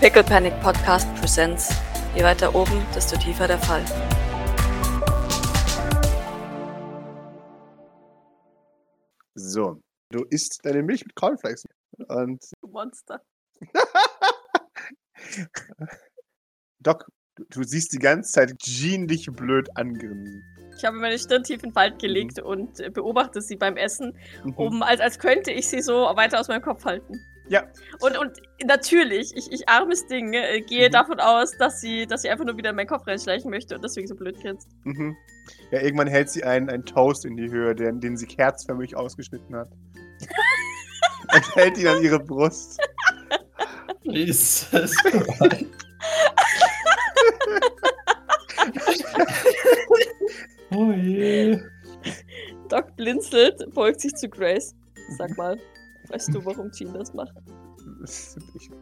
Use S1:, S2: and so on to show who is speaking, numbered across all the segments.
S1: Pickle Panic Podcast presents. Je weiter oben, desto tiefer der Fall.
S2: So, du isst deine Milch mit Cornflakes. Und
S1: Du Monster.
S2: Doc, du, du siehst die ganze Zeit Jean dich blöd angrinsen.
S3: Ich habe meine Stirn tief in den Wald gelegt
S2: Mhm.
S3: und äh, beobachte sie beim Essen, um, als, als könnte ich sie so weiter aus meinem Kopf halten.
S2: Oh. Ja.
S3: Und, und natürlich, ich, ich armes Ding, äh, gehe
S2: Mhm.
S3: davon aus, dass sie, dass sie einfach nur wieder in meinen Kopf reinschleichen möchte und deswegen so blöd grinst.
S2: Mhm. Ja, irgendwann hält sie einen, einen Toast in die Höhe, den, den sie kerzförmig ausgeschnitten hat. Und hält ihn an ihre Brust.
S4: Jesus. oh je.
S3: Doc blinzelt, beugt sich zu Grace. Sag mal, weißt du, warum Jean das macht?
S2: Ich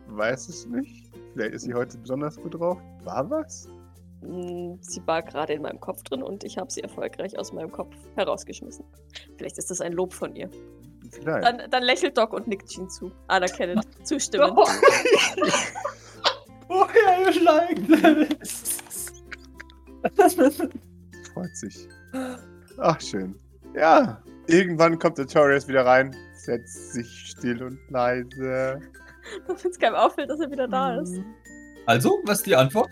S2: weiß es nicht. Vielleicht ist sie heute besonders gut drauf. War was?
S3: Mm, Sie war gerade in meinem Kopf drin und ich habe sie erfolgreich aus meinem Kopf herausgeschmissen. Vielleicht ist das ein Lob von ihr.
S2: Vielleicht.
S3: Dann, dann lächelt Doc und nickt Jean zu. Anerkennend. Zustimmend.
S4: Woher Oh ihr schlagt?
S2: Freut sich. Ach, schön. Ja. Irgendwann kommt der Torres wieder rein, setzt sich still und leise.
S3: Dass uns keinem auffällt, dass er wieder da ist.
S4: Also, was ist die Antwort?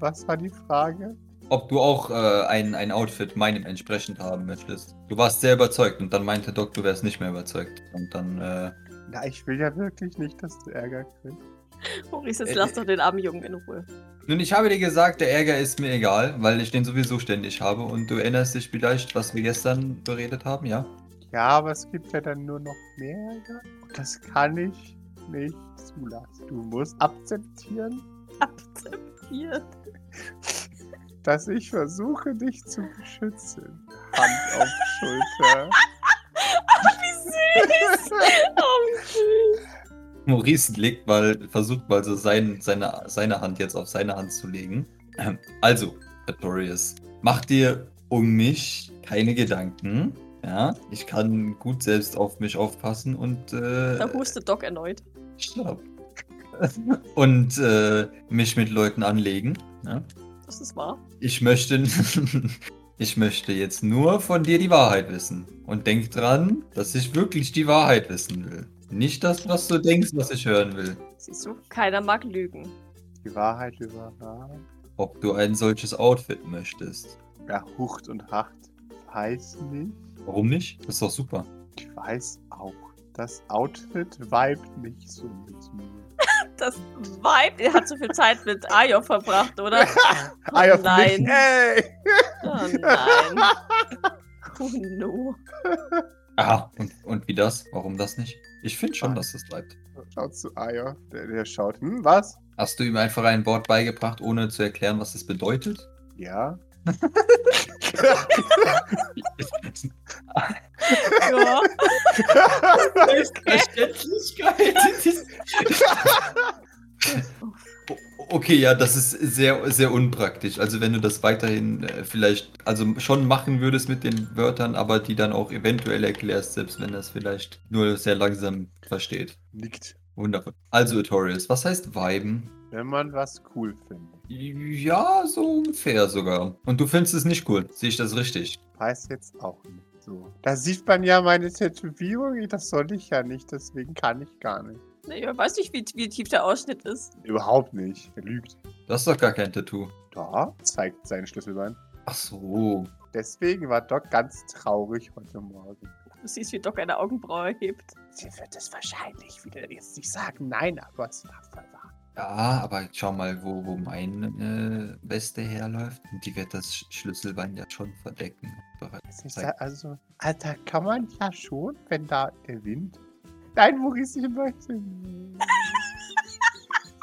S2: Was war die Frage?
S4: Ob du auch äh, ein, ein Outfit meinem entsprechend haben möchtest. Du warst sehr überzeugt und dann meinte Doc, du wärst nicht mehr überzeugt. Und dann, äh,
S2: Na, ich will ja wirklich nicht, dass du Ärger kriegst.
S3: Maurice,
S4: Äh,
S3: jetzt lass doch den armen Jungen in Ruhe.
S4: nun, ich habe dir gesagt, der Ärger ist mir egal, weil ich den sowieso ständig habe. Und du erinnerst dich vielleicht, was wir gestern beredet haben, ja?
S2: Ja, aber es gibt ja dann nur noch mehr Ärger. Und das kann ich nicht zulassen. Du musst akzeptieren,
S3: Akzeptiert.
S2: dass ich versuche, dich zu beschützen. Hand auf Schulter.
S3: Wie süß. oh, wie süß.
S4: Maurice legt mal, versucht mal so sein, seine, seine Hand jetzt auf seine Hand zu legen. Also, Artorius, mach dir um mich keine Gedanken. Ja, ich kann gut selbst auf mich aufpassen und äh,
S3: Da hustet Doc erneut.
S4: Shut up. und äh, mich mit Leuten anlegen. Ja?
S3: Das ist wahr.
S4: Ich möchte, ich möchte jetzt nur von dir die Wahrheit wissen. Und denk dran, dass ich wirklich die Wahrheit wissen will. Nicht das, was du denkst, was ich hören will.
S3: Siehst du, keiner mag Lügen.
S2: Die Wahrheit über Wahrheit.
S4: ob du ein solches Outfit möchtest.
S2: Ja, Hucht und Hacht. Weiß nicht.
S4: Warum nicht? Das ist doch super.
S2: Ich weiß auch. Das Outfit vibet nicht so mit mir.
S3: Das Vibe, er hat so viel Zeit mit Ayo verbracht, oder?
S2: Ei auf
S3: nein.
S2: mich. Ey!
S3: Oh nein. Oh no.
S4: Aha, und, und wie das? Warum das nicht? Ich finde schon,
S2: Ah.
S4: dass das bleibt.
S2: Schaut zu Eier. Der, der schaut. Hm, was?
S4: Hast du ihm einfach ein Wort beigebracht, ohne zu erklären, was es bedeutet?
S2: Ja.
S3: Ja.
S4: Selbstverständlichkeit. okay, ja, das ist sehr, sehr unpraktisch. Also wenn du das weiterhin äh, vielleicht, also schon machen würdest mit den Wörtern, aber die dann auch eventuell erklärst, selbst wenn er es vielleicht nur sehr langsam versteht.
S2: Nickt.
S4: Wundervoll. Also, Etorius, was heißt Weiben?
S2: Wenn man was cool findet.
S4: Ja, so ungefähr sogar. Und du findest es nicht cool. Sehe ich das richtig?
S2: Weiß jetzt auch nicht so. Da sieht man ja meine Tätowierung. Das soll ich ja nicht, deswegen kann ich gar nicht.
S3: Nee, Ich weiß nicht, wie, wie tief der Ausschnitt ist.
S2: Überhaupt nicht. Er lügt.
S4: Das ist doch gar kein Tattoo.
S2: Da zeigt sein Schlüsselbein.
S4: Ach so.
S2: Deswegen war Doc ganz traurig heute Morgen.
S3: Du siehst, wie Doc eine Augenbraue hebt.
S2: Sie wird es wahrscheinlich wieder jetzt nicht sagen. Nein, aber es war verwahrt.
S4: Ja, aber schau mal, wo, wo meine äh, Weste herläuft. Und die wird das Sch- Schlüsselbein ja schon verdecken. Bereit-
S2: Jetzt nicht sa- Also, Alter, kann man ja schon, wenn da der Wind. Nein, Maurice, ich möchte nicht.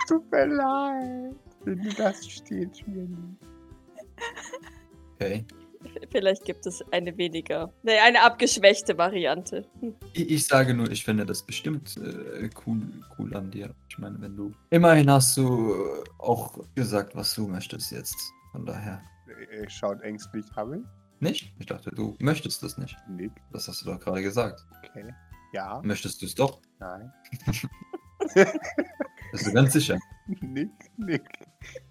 S2: Tut mir leid. Finde, das steht mir nicht.
S4: Okay.
S3: Vielleicht gibt es eine weniger. Nee, eine abgeschwächte Variante. Hm.
S4: Ich, ich sage nur, ich finde das bestimmt äh, cool, cool an dir. Ich meine, wenn du. Immerhin hast du äh, auch gesagt, was du möchtest jetzt. Von daher.
S2: Er Äh, schaut ängstlich, habe ich?
S4: Nicht? Ich dachte, du möchtest das nicht.
S2: Nickt.
S4: Das hast du doch gerade gesagt.
S2: Okay. Ja,
S4: Möchtest du es doch?
S2: nein.
S4: Bist du ganz sicher?
S2: Nick, Nick.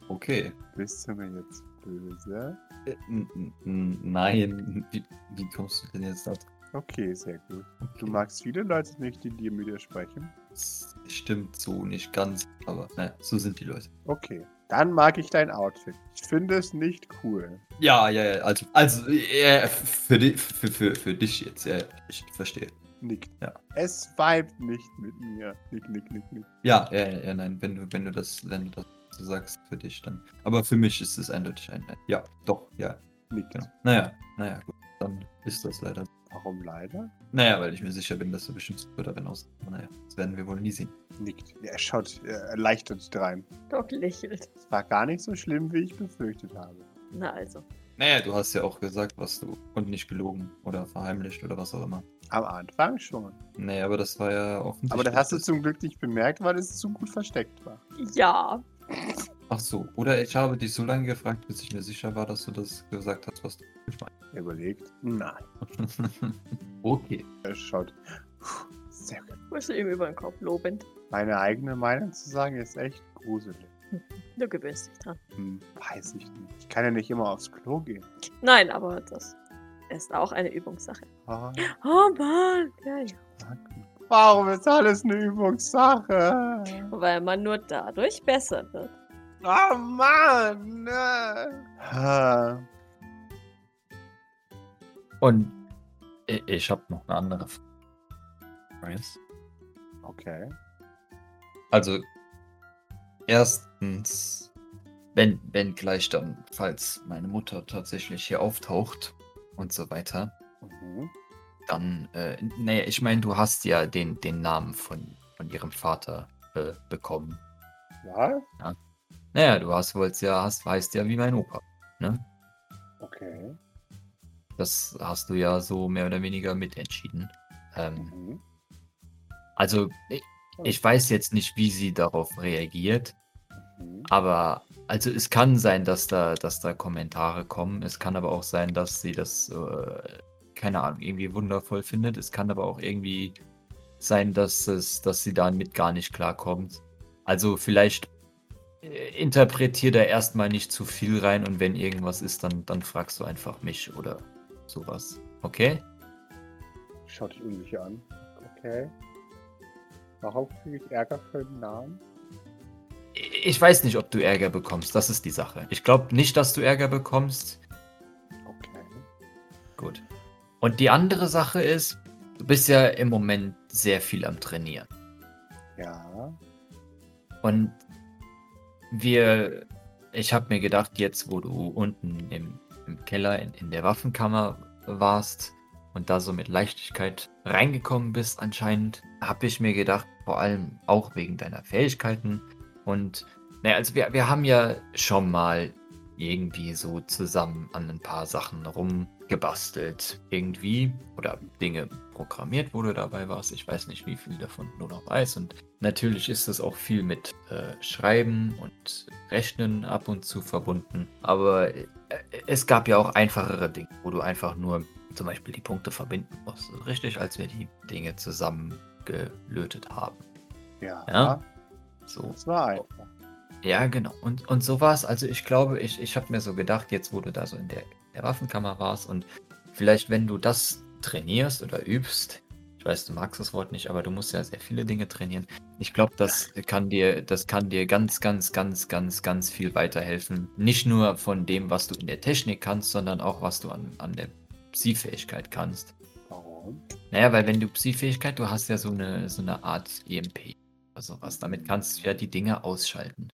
S5: Okay.
S2: Bist du mir jetzt böse?
S5: Äh, n- n- n- Nein, wie, wie kommst du denn jetzt dazu?
S2: Okay, sehr gut. Du
S5: Okay.
S2: magst viele Leute nicht, die dir widersprechen?
S5: Das stimmt so nicht ganz, aber naja, so sind die Leute.
S2: Okay. Dann mag ich dein Outfit. Ich finde es nicht cool.
S5: Ja, ja, ja, also, also äh, für, di für, für, für dich jetzt, ja, ich verstehe.
S2: Nick.
S5: Ja.
S2: Es vibet nicht mit mir. Nick, Nick, Nick, Nick.
S5: Ja, ja, ja, ja, nein, wenn du, wenn du das, wenn du das so sagst, für dich dann. Aber für mich ist es eindeutig ein, ein ja, doch, ja,
S2: Nick.
S5: genau. Naja, naja, gut, dann ist das leider. so.
S2: Warum leider?
S5: Naja, weil ich mir sicher bin, dass du bestimmt super darin aus. Naja, das werden wir wohl nie sehen.
S2: Nickt. Er schaut äh, erleichtert drein.
S3: Doc lächelt.
S2: Es war gar nicht so schlimm, wie ich befürchtet habe.
S3: Na also.
S5: Naja, du hast ja auch gesagt, was du und nicht gelogen oder verheimlicht oder was auch immer.
S2: Am Anfang schon.
S5: Naja, aber das war ja offensichtlich.
S2: Aber das hast du zum Glück nicht bemerkt, weil es zu gut versteckt war.
S3: Ja.
S5: Ach so, oder ich habe dich so lange gefragt, bis ich mir sicher war, dass du das gesagt hast, was du nicht
S2: Er überlegt. Nein.
S5: meinst. okay.
S2: Er schaut. Puh, sehr gut.
S3: Wuschel ihm über den Kopf lobend.
S2: Meine eigene Meinung zu sagen ist echt gruselig.
S3: Du gewöhnst dich dran.
S2: Hm, weiß ich nicht. Ich kann ja nicht immer aufs Klo gehen.
S3: Nein, aber das ist auch eine Übungssache.
S2: Ah,
S3: Oh Mann. Ja, ja.
S2: Warum ist alles eine Übungssache?
S3: Weil man nur dadurch besser wird.
S2: Oh Mann! Ah,
S5: Und i- ich habe noch eine andere Frage. Marius?
S2: Okay.
S5: Also, erstens, wenn, wenn gleich dann, falls meine Mutter tatsächlich hier auftaucht und so weiter,
S2: Mhm.
S5: dann, äh, naja, ich meine, du hast ja den, den Namen von, von ihrem Vater äh, bekommen.
S2: Was?
S5: Naja, du hast wolltest ja, hast, heißt ja wie mein Opa. ne?
S2: Okay.
S5: Das hast du ja so mehr oder weniger mitentschieden. Ähm,
S2: Mhm.
S4: Also, ich, ich weiß jetzt nicht, wie sie darauf reagiert,
S2: Mhm.
S4: aber also es kann sein, dass da, dass da Kommentare kommen. Es kann aber auch sein, dass sie das, äh, keine Ahnung, irgendwie wundervoll findet. Es kann aber auch irgendwie sein, dass, es, dass sie damit gar nicht klarkommt. Also vielleicht äh, interpretier da erstmal nicht zu viel rein und wenn irgendwas ist, dann, dann fragst du einfach mich oder sowas. Okay?
S2: Schaut dich unsicher an. Okay. Warum kriege ich Ärger für den Namen?
S4: Ich weiß nicht, ob du Ärger bekommst. Das ist die Sache. Ich glaube nicht, dass du Ärger bekommst.
S2: Okay.
S4: Gut. Und die andere Sache ist, du bist ja im Moment sehr viel am Trainieren.
S2: Ja.
S4: Und wir, ich habe mir gedacht, jetzt wo du unten im, im Keller in, in der Waffenkammer warst und da so mit Leichtigkeit reingekommen bist anscheinend, habe ich mir gedacht, vor allem auch wegen deiner Fähigkeiten. Und naja, also wir, wir haben ja schon mal irgendwie so zusammen an ein paar Sachen rumgebastelt. Irgendwie. Oder Dinge programmiert, wo du dabei warst. Ich weiß nicht, wie viel davon du noch weiß. Und Natürlich ist es auch viel mit äh, Schreiben und Rechnen ab und zu verbunden. Aber äh, es gab ja auch einfachere Dinge, wo du einfach nur zum Beispiel die Punkte verbinden musst. Richtig, als wir die Dinge zusammengelötet haben.
S2: Ja.
S4: Ja. So.
S2: Das war einfach.
S4: Ja, genau. Und, und so war es. Also ich glaube, ich, ich habe mir so gedacht, jetzt wo du da so in der, der Waffenkammer warst und vielleicht, wenn du das trainierst oder übst, ich weiß, du magst das Wort nicht, aber du musst ja sehr viele Dinge trainieren. Ich glaube, das kann dir, das kann dir ganz, ganz, ganz, ganz, ganz viel weiterhelfen. Nicht nur von dem, was du in der Technik kannst, sondern auch, was du an, an der Psi-Fähigkeit kannst.
S2: Warum?
S4: Naja, weil wenn du Psi-Fähigkeit, du hast ja so eine, so eine Art EMP oder sowas. Damit kannst du ja die Dinge ausschalten.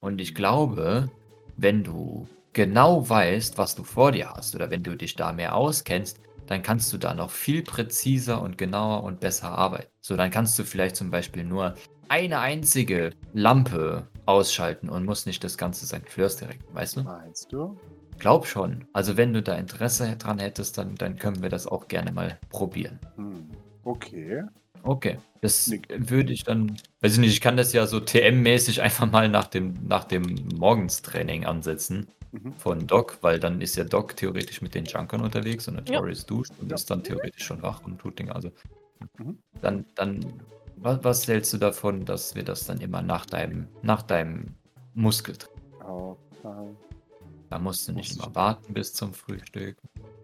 S4: Und ich glaube, wenn du genau weißt, was du vor dir hast, oder wenn du dich da mehr auskennst, dann kannst du da noch viel präziser und genauer und besser arbeiten. So, dann kannst du vielleicht zum Beispiel nur eine einzige Lampe ausschalten und musst nicht das ganze sein Flörs direkt, weißt du?
S2: Meinst du?
S4: Glaub schon. Also wenn du da Interesse dran hättest, dann, dann können wir das auch gerne mal probieren.
S2: Hm. Okay.
S4: Okay, das
S2: Nick.
S4: würde ich dann, weiß ich nicht, ich kann das ja so TM-mäßig einfach mal nach dem, nach dem Morgenstraining ansetzen
S2: Mhm.
S4: von Doc, weil dann ist ja Doc theoretisch mit den Junkern unterwegs und
S3: Ja.
S4: Notorious duscht und
S2: Ja.
S4: ist dann theoretisch schon wach und tut Dinge. Also
S2: Mhm.
S4: dann, dann, was, was hältst du davon, dass wir das dann immer nach deinem, nach deinem Muskeln.
S2: Oh, äh,
S4: Da musst du nicht
S2: Musst-
S4: immer warten bis zum Frühstück.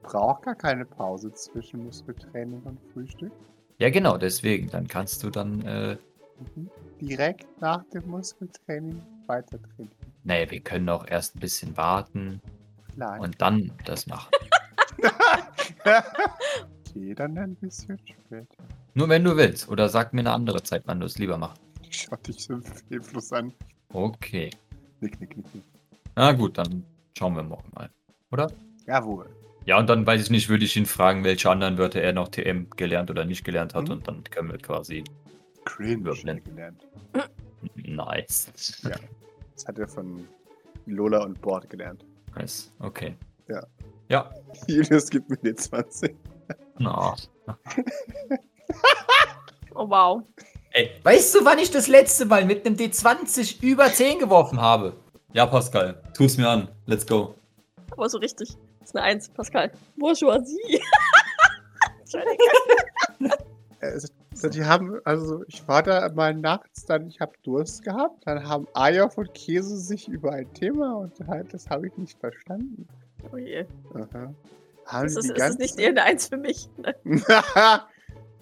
S2: braucht gar keine Pause zwischen Muskeltraining und Frühstück.
S4: Ja, genau, deswegen. Dann kannst du dann, äh,
S2: Mhm. Direkt nach dem Muskeltraining weiter trainieren.
S4: naja, wir können auch erst ein bisschen warten
S2: Nein.
S4: und dann das machen.
S2: okay, dann ein bisschen später.
S4: Nur wenn du willst. Oder sag mir eine andere Zeit, wann du es lieber machst.
S2: Ich schau dich so hilflos an.
S4: Okay.
S2: Nick, nick, nick, nick.
S4: Na gut, dann schauen wir morgen mal.
S2: Jawohl.
S4: Ja, und dann weiß ich nicht, würde ich ihn fragen, welche anderen Wörter er noch TM gelernt oder nicht gelernt hat.
S2: Mhm.
S4: Und dann können wir quasi.
S2: Cringe
S4: Überblenden.
S2: gelernt.
S4: Nice.
S2: Ja. Das hat er von Lola und Bord gelernt.
S4: Nice. Okay.
S2: Ja.
S4: Ja.
S2: Julius gibt mir die 20.
S4: Na.
S3: Oh wow.
S4: Ey, weißt du, wann ich das letzte Mal mit einem D20 über 10 geworfen habe?
S6: Ja, Pascal, tu's mir an. Let's go.
S3: Aber so richtig. Das ist eine Eins, Pascal. Bourgeoisie. Entschuldigung.
S2: Also, also die haben, also ich war da mal nachts, dann ich habe Durst gehabt, dann haben Ayof und Käse sich über ein Thema unterhalten, das habe ich nicht verstanden.
S3: Oh je.
S2: Aha. Haben
S3: Ist das,
S2: sie die
S3: ist das
S2: ganze
S3: nicht eher eine Eins für mich? Ne?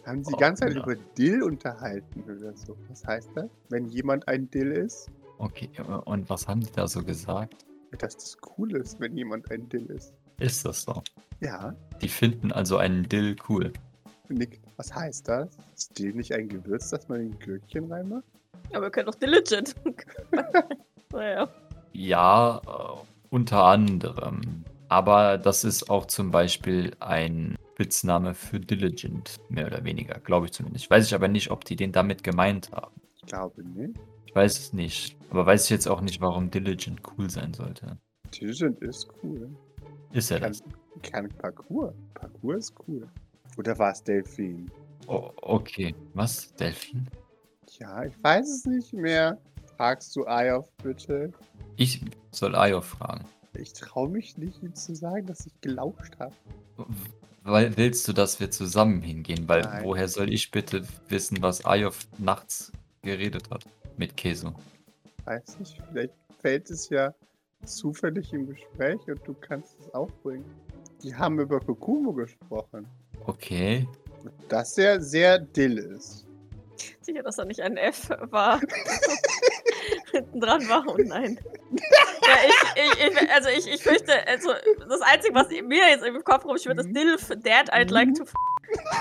S2: haben sie
S4: Oh,
S2: die ganze Zeit
S4: ja.
S2: über Dill unterhalten oder so. Was heißt das? Wenn jemand ein Dill ist,
S4: Okay, und was haben die da so gesagt?
S2: dass das cool ist, wenn jemand ein Dill ist.
S4: Ist das so?
S2: Ja,
S4: Die finden also einen Dill cool.
S2: Nick, was heißt das? Ist Dill nicht ein Gewürz, das man in Gürkchen reinmacht?
S3: Aber wir können doch diligent. naja.
S4: Ja, äh, unter anderem. Aber das ist auch zum Beispiel ein Spitzname für Diligent, mehr oder weniger, glaube ich zumindest. Weiß ich aber nicht, ob die den damit gemeint haben.
S2: Ich glaube nicht.
S4: Ich weiß es nicht. Aber weiß ich jetzt auch nicht, warum Diligent cool sein sollte.
S2: Diligent ist cool.
S4: Ist er
S2: Kann,
S4: das?
S2: kann Parkour. Parkour ist cool. Oder war es Delfin?
S4: Oh, okay. Was? Delfin?
S2: Ja, ich weiß es nicht mehr. Fragst du Ayof bitte?
S4: Ich soll Ayo fragen.
S2: Ich traue mich nicht, ihm zu sagen, dass ich gelauscht habe.
S4: Weil willst du, dass wir zusammen hingehen? Weil
S2: Nein.
S4: woher soll ich bitte wissen, was Ayof nachts geredet hat mit Keso?
S2: Weiß nicht, vielleicht fällt es ja zufällig im Gespräch und du kannst es aufbringen. Die haben über Kokumo gesprochen.
S4: Okay.
S2: Dass er sehr dill ist.
S3: Sicher, dass er nicht ein F war. Hinten dran war und nein. ja, ich, ich, ich, also ich, ich fürchte, also das Einzige, was mir jetzt im Kopf rumschwirrt, ist
S2: Mhm.
S3: Dilf, Dad, I'd like to f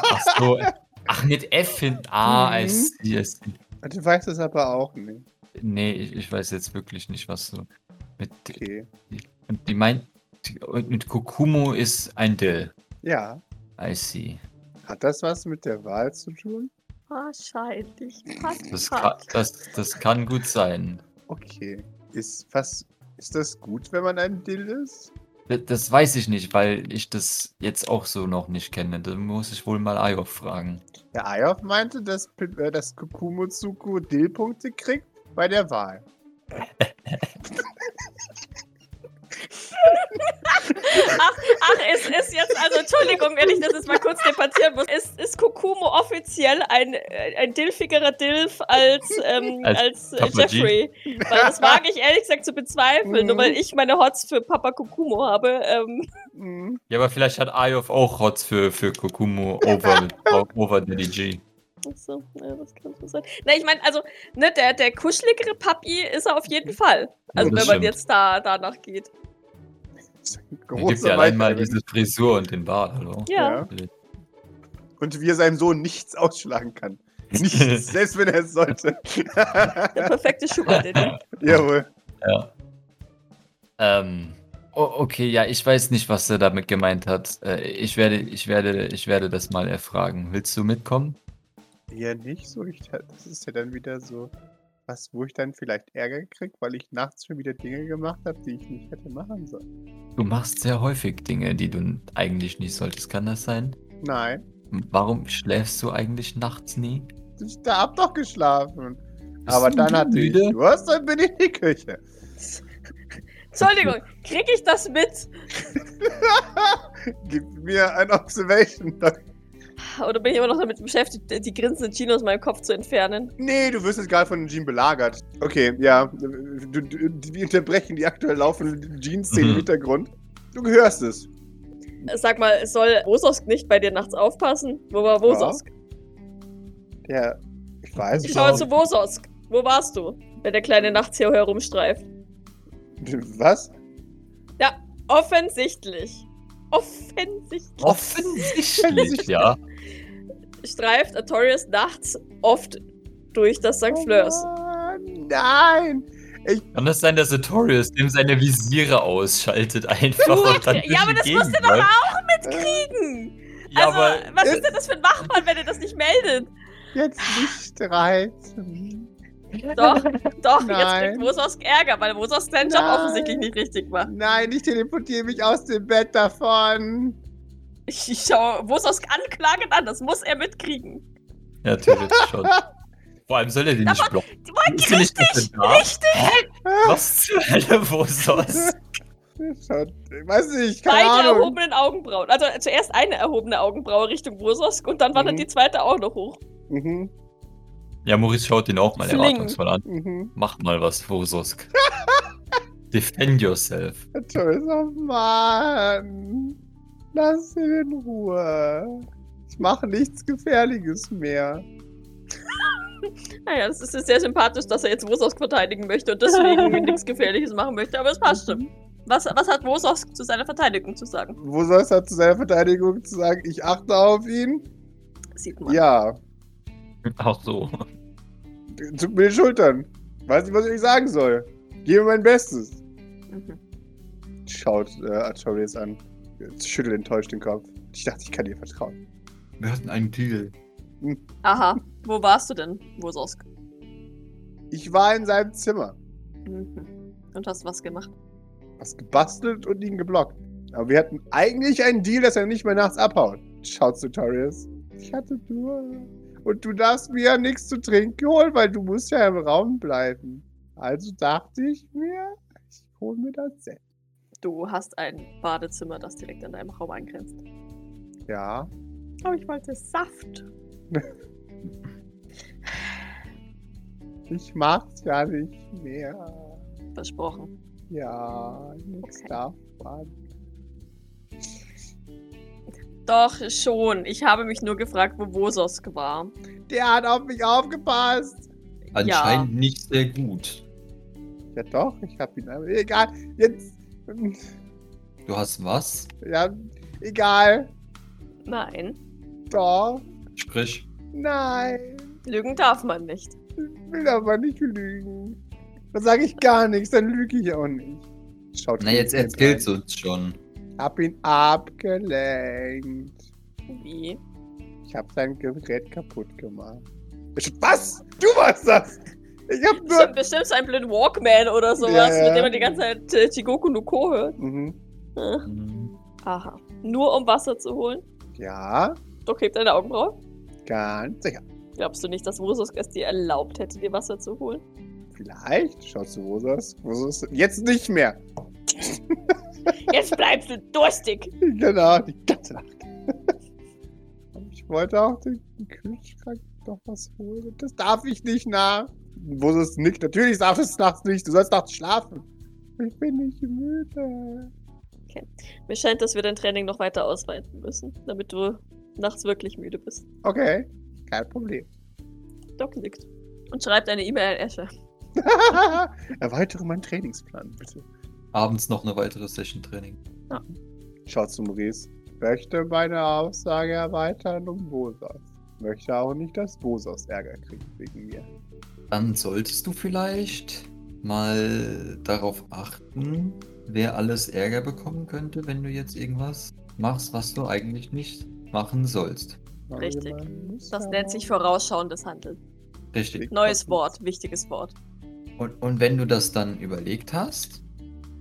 S4: Ach so. Ach, mit F hin. Ah,
S2: Mhm.
S4: I see, I see.
S2: Und du weißt es aber auch nicht.
S4: Nee, ich, ich weiß jetzt wirklich nicht, was du mit.
S2: Okay.
S4: Und die meint. die- Und mit Kokumo ist ein Dill.
S2: Ja.
S4: I see.
S2: Hat das was mit der Wahl zu tun?
S3: Wahrscheinlich. Passt,
S4: Das kann,
S3: passt.
S4: das, das kann gut sein.
S2: Okay. Ist was. Ist das gut, wenn man ein Dill ist?
S4: Das- Das weiß ich nicht, weil ich das jetzt auch so noch nicht kenne. Da muss ich wohl mal Ayof fragen.
S2: Der Ayof meinte, dass, Pin- äh, dass Kokumotsuku Dill-Punkte kriegt bei der Wahl.
S3: Ach, ach, es ist jetzt, also Entschuldigung, wenn ich das jetzt mal kurz debattieren muss. Ist, ist Kokumo offiziell ein, äh, ein dilfigerer Dilf als, ähm, als,
S4: Als
S3: äh,
S4: Papa G?
S3: Jeffrey? Weil das wage ich ehrlich gesagt zu bezweifeln, nur
S2: Mhm.
S3: weil ich meine Hots für Papa Kokumo habe. Ähm,
S2: Mhm.
S4: Ja, aber vielleicht hat Ayof auch Hots für, für Kokumo over, over Daddy G.
S3: Ach so, ja, das kann schon sein. Na, ich meine, also, ne, der, der kuscheligere Papi ist er auf jeden Fall. Also,
S4: Ja, das
S3: wenn man
S4: stimmt.
S3: jetzt da danach geht.
S2: Das ist ein
S4: Er gibt
S2: großer
S4: ja allein mal
S2: Weiter-
S4: diese Frisur und den Bart, hallo.
S3: Ja.
S2: Und wie er seinem Sohn nichts ausschlagen kann. Nichts, selbst wenn er es sollte.
S3: Der perfekte Sugar Daddy.
S2: Jawohl.
S4: Ähm, o- okay, ja, ich weiß nicht, was er damit gemeint hat. Äh, ich, werde, ich, werde, ich werde das mal erfragen. Willst du mitkommen?
S2: Ja, nicht so. Ich, das ist ja dann wieder so, was, wo ich dann vielleicht Ärger kriege, weil ich nachts schon wieder Dinge gemacht habe, die ich nicht hätte machen sollen.
S4: Du machst sehr häufig Dinge, die du eigentlich nicht solltest. Kann das sein?
S2: Nein,
S4: Warum schläfst du eigentlich nachts nie?
S2: ich da hab doch geschlafen.
S4: Bist
S2: Aber
S4: du
S2: dann hatte ich
S4: müde?
S2: Durst, dann bin ich in die Küche.
S3: Entschuldigung, krieg ich das mit?
S2: Gib mir ein Observation.
S3: Oder bin ich immer noch damit beschäftigt, die grinsende Gina aus meinem Kopf zu entfernen?
S2: Nee, du wirst jetzt gerade von Jean belagert. Okay, ja. Du, du, wir unterbrechen die aktuell laufende Jean-Szene im
S4: Mhm.
S2: Hintergrund. Du hörst es.
S3: Sag mal, soll Wososk nicht bei dir nachts aufpassen? Wo war Wososk?
S2: Ja, ich weiß.
S3: Ich
S2: Ich
S3: schaue zu Wososk. Wo warst du? Wenn der kleine nachts hier herumstreift.
S2: Was?
S3: Offensichtlich. Offensichtlich
S7: Offensichtlich, ja.
S3: streift Artorius nachts oft durch das St. Fleurs.
S2: Oh Mann, nein!
S7: Kann das sein, dass Artorius dem seine Visiere ausschaltet einfach und dann
S3: Ja,
S7: durch
S3: aber
S7: die
S3: das
S7: Gegend
S3: musst du doch
S7: läuft?
S3: Hm.
S7: Ja,
S3: also,
S7: aber
S3: was ist denn das für ein Wachmann, wenn er das nicht meldet?
S2: Jetzt nicht streiten.
S3: Doch, doch, jetzt
S2: Nein.
S3: kriegt Wososk Ärger, weil Wososk seinen Job
S2: Nein.
S3: offensichtlich nicht richtig macht.
S2: Nein, ich teleportiere mich aus dem Bett davon.
S3: Ich, ich schaue Wososk anklagend an, das muss er mitkriegen.
S7: ja, theoretisch schon. Vor allem soll er den nicht blocken.
S3: Die wollen
S7: Ist er nicht dafür da?
S3: richtig
S7: Was zur Hölle, wo sonst?
S2: Schaut, ich weiß nicht, keine
S3: beide
S2: Ahnung.
S3: erhobenen Augenbrauen. Also zuerst eine erhobene Augenbraue Richtung Wososk und dann wandert
S2: Mhm.
S3: die zweite auch noch hoch.
S2: Mhm,
S7: Ja, Maurice schaut ihn auch mal
S3: Fling.
S7: erwartungsvoll an.
S2: mhm.
S7: Mach mal was, Vososk. Defend yourself.
S2: Toll, oh Mann. Lass ihn in Ruhe. Ich mache nichts Gefährliches mehr.
S3: Naja, es ist sehr sympathisch, dass er jetzt Wososk verteidigen möchte und deswegen mir nichts Gefährliches machen möchte, aber es passt schon. Was, was hat Wososk zu seiner Verteidigung zu sagen?
S2: Mhm. Wo soll es da zu seiner Verteidigung zu sagen, ich achte auf ihn?
S3: Sieht man.
S2: Ja,
S7: Auch so.
S2: zuck mir die Schultern. Weiß nicht, was ich euch sagen soll. Gebe mein Bestes.
S3: Mhm.
S2: Schaut äh, Artorius an. Schüttelt enttäuscht den Kopf. Ich dachte, ich kann dir vertrauen.
S4: Wir hatten einen Deal.
S3: Aha, wo warst du denn, Wososk?
S2: Ich war in seinem Zimmer.
S3: Mhm. Und hast was gemacht?
S2: Was gebastelt und ihn geblockt. Aber wir hatten eigentlich einen Deal, dass er nicht mehr nachts abhaut. Schaut zu Artorius. Ich hatte nur. Und du darfst mir ja nichts zu trinken holen, weil du musst ja im Raum bleiben. Also dachte ich mir, ich hol mir das selbst.
S3: Du hast ein Badezimmer, das direkt an deinem Raum angrenzt.
S2: Ja. Oh,
S3: Aber ich wollte Saft.
S2: Ich mag's ja nicht mehr.
S3: Versprochen.
S2: Ja, nix
S3: Okay.
S2: davon.
S3: Doch, schon. Ich habe mich nur gefragt, wo Wososk war.
S2: Der hat auf mich aufgepasst.
S4: Anscheinend nicht sehr gut.
S2: Ja doch, ich hab ihn. aber Egal, jetzt.
S4: Du hast was?
S2: Ja, egal.
S3: Nein,
S2: Doch,
S4: Sprich.
S2: nein.
S3: lügen darf man nicht.
S2: Ich will aber nicht lügen. Dann sage ich gar nichts, dann lüge ich auch nicht. Schaut
S4: Na,
S2: ihn
S4: jetzt
S2: rein.
S4: erzählst du uns schon.
S2: Hab ihn abgelenkt.
S3: Wie?
S2: Ich hab sein Gerät kaputt gemacht. Ich, was? Du warst das! Ich hab
S3: Das ist
S2: nur.
S3: bestimmt so ein blöder Walkman oder sowas,
S2: Ja, ja.
S3: mit dem man die ganze Zeit äh, Chigoku no Ko hört.
S2: Mhm.
S4: Mhm.
S3: Aha. Nur um Wasser zu holen?
S2: Ja,
S3: Doch, hebt deine Augenbraue.
S2: ganz sicher.
S3: Glaubst du nicht, dass Wososk es dir erlaubt hätte, dir Wasser zu holen?
S2: Vielleicht. Schaut zu Rosas. Rosas. Jetzt nicht mehr.
S3: Jetzt bleibst du durstig!
S2: Genau, die ganze Nacht. Ich wollte auch den Kühlschrank noch was holen. Das darf ich nicht nach. Wo ist es nicht? Natürlich darf es nachts nicht. Du sollst nachts schlafen. Ich bin nicht müde.
S3: Mir scheint, dass wir dein Training noch weiter ausweiten müssen, damit du nachts wirklich müde bist.
S2: Okay, kein Problem.
S3: Doc nickt und schreibt eine E-Mail an Escher.
S2: Erweitere meinen Trainingsplan, bitte.
S4: Abends noch eine weitere Session Training.
S2: Schaut zu Maurice. Möchte meine Aussage erweitern um Bosas. Möchte auch nicht, dass Bosas Ärger kriegt wegen mir.
S4: Dann solltest du vielleicht mal darauf achten, wer alles Ärger bekommen könnte, wenn du jetzt irgendwas machst, was du eigentlich nicht machen sollst.
S2: Aber
S3: Richtig.
S2: man muss
S3: Das
S2: ja
S3: nennt sich vorausschauendes Handeln.
S4: Richtig.
S3: Neues Wort, wichtiges Wort.
S4: Und, und wenn du das dann überlegt hast,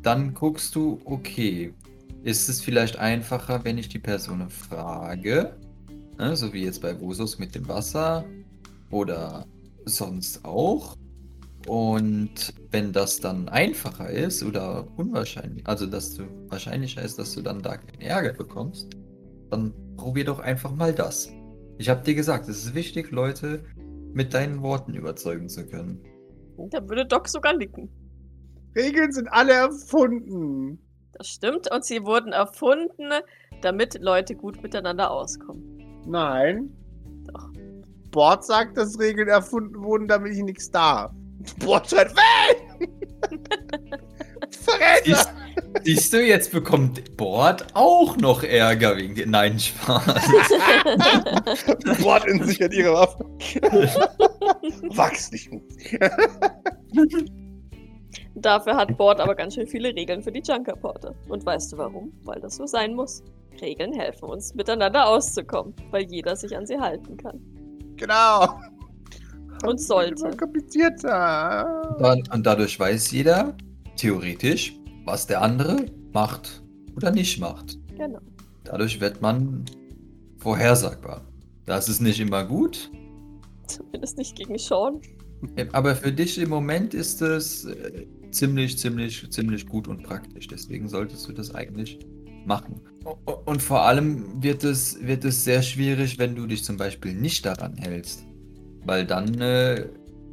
S4: dann guckst du, okay, ist es vielleicht einfacher, wenn ich die Person frage, ne, so wie jetzt bei Vosus mit dem Wasser oder sonst auch. Und wenn das dann einfacher ist oder unwahrscheinlich, also dass du wahrscheinlicher ist, dass du dann da keinen Ärger bekommst, dann probier doch einfach mal das. Ich habe dir gesagt, es ist wichtig, Leute mit deinen Worten überzeugen zu können.
S3: Da würde Doc sogar nicken.
S2: Regeln sind alle erfunden.
S3: Das stimmt. Und sie wurden erfunden, damit Leute gut miteinander auskommen.
S2: Nein.
S3: Doch.
S2: Bord sagt, dass Regeln erfunden wurden, damit ich nichts darf. Bord schreit weg! Verräter!
S4: Siehst, siehst du, jetzt bekommt Bord auch noch Ärger wegen dir. Nein, Spaß.
S2: Bord in sich hat ihre Waffe. Wachs nicht.
S3: Dafür hat Bord aber ganz schön viele Regeln für die Junkerporte. Und weißt du warum? Weil das so sein muss. Regeln helfen uns, miteinander auszukommen, weil jeder sich an sie halten kann.
S2: Genau.
S3: Und sollte.
S2: Immer komplizierter.
S4: Dann- Und dadurch weiß jeder theoretisch, was der andere macht oder nicht macht.
S3: Genau.
S4: Dadurch wird man vorhersagbar. Das ist nicht immer gut,
S3: Zumindest nicht gegen Sean.
S4: Äh, aber für dich im Moment ist es äh, ziemlich, ziemlich, ziemlich gut und praktisch. Deswegen solltest du das eigentlich machen. O- o- Und vor allem wird es, wird es sehr schwierig, wenn du dich zum Beispiel nicht daran hältst. Weil dann äh,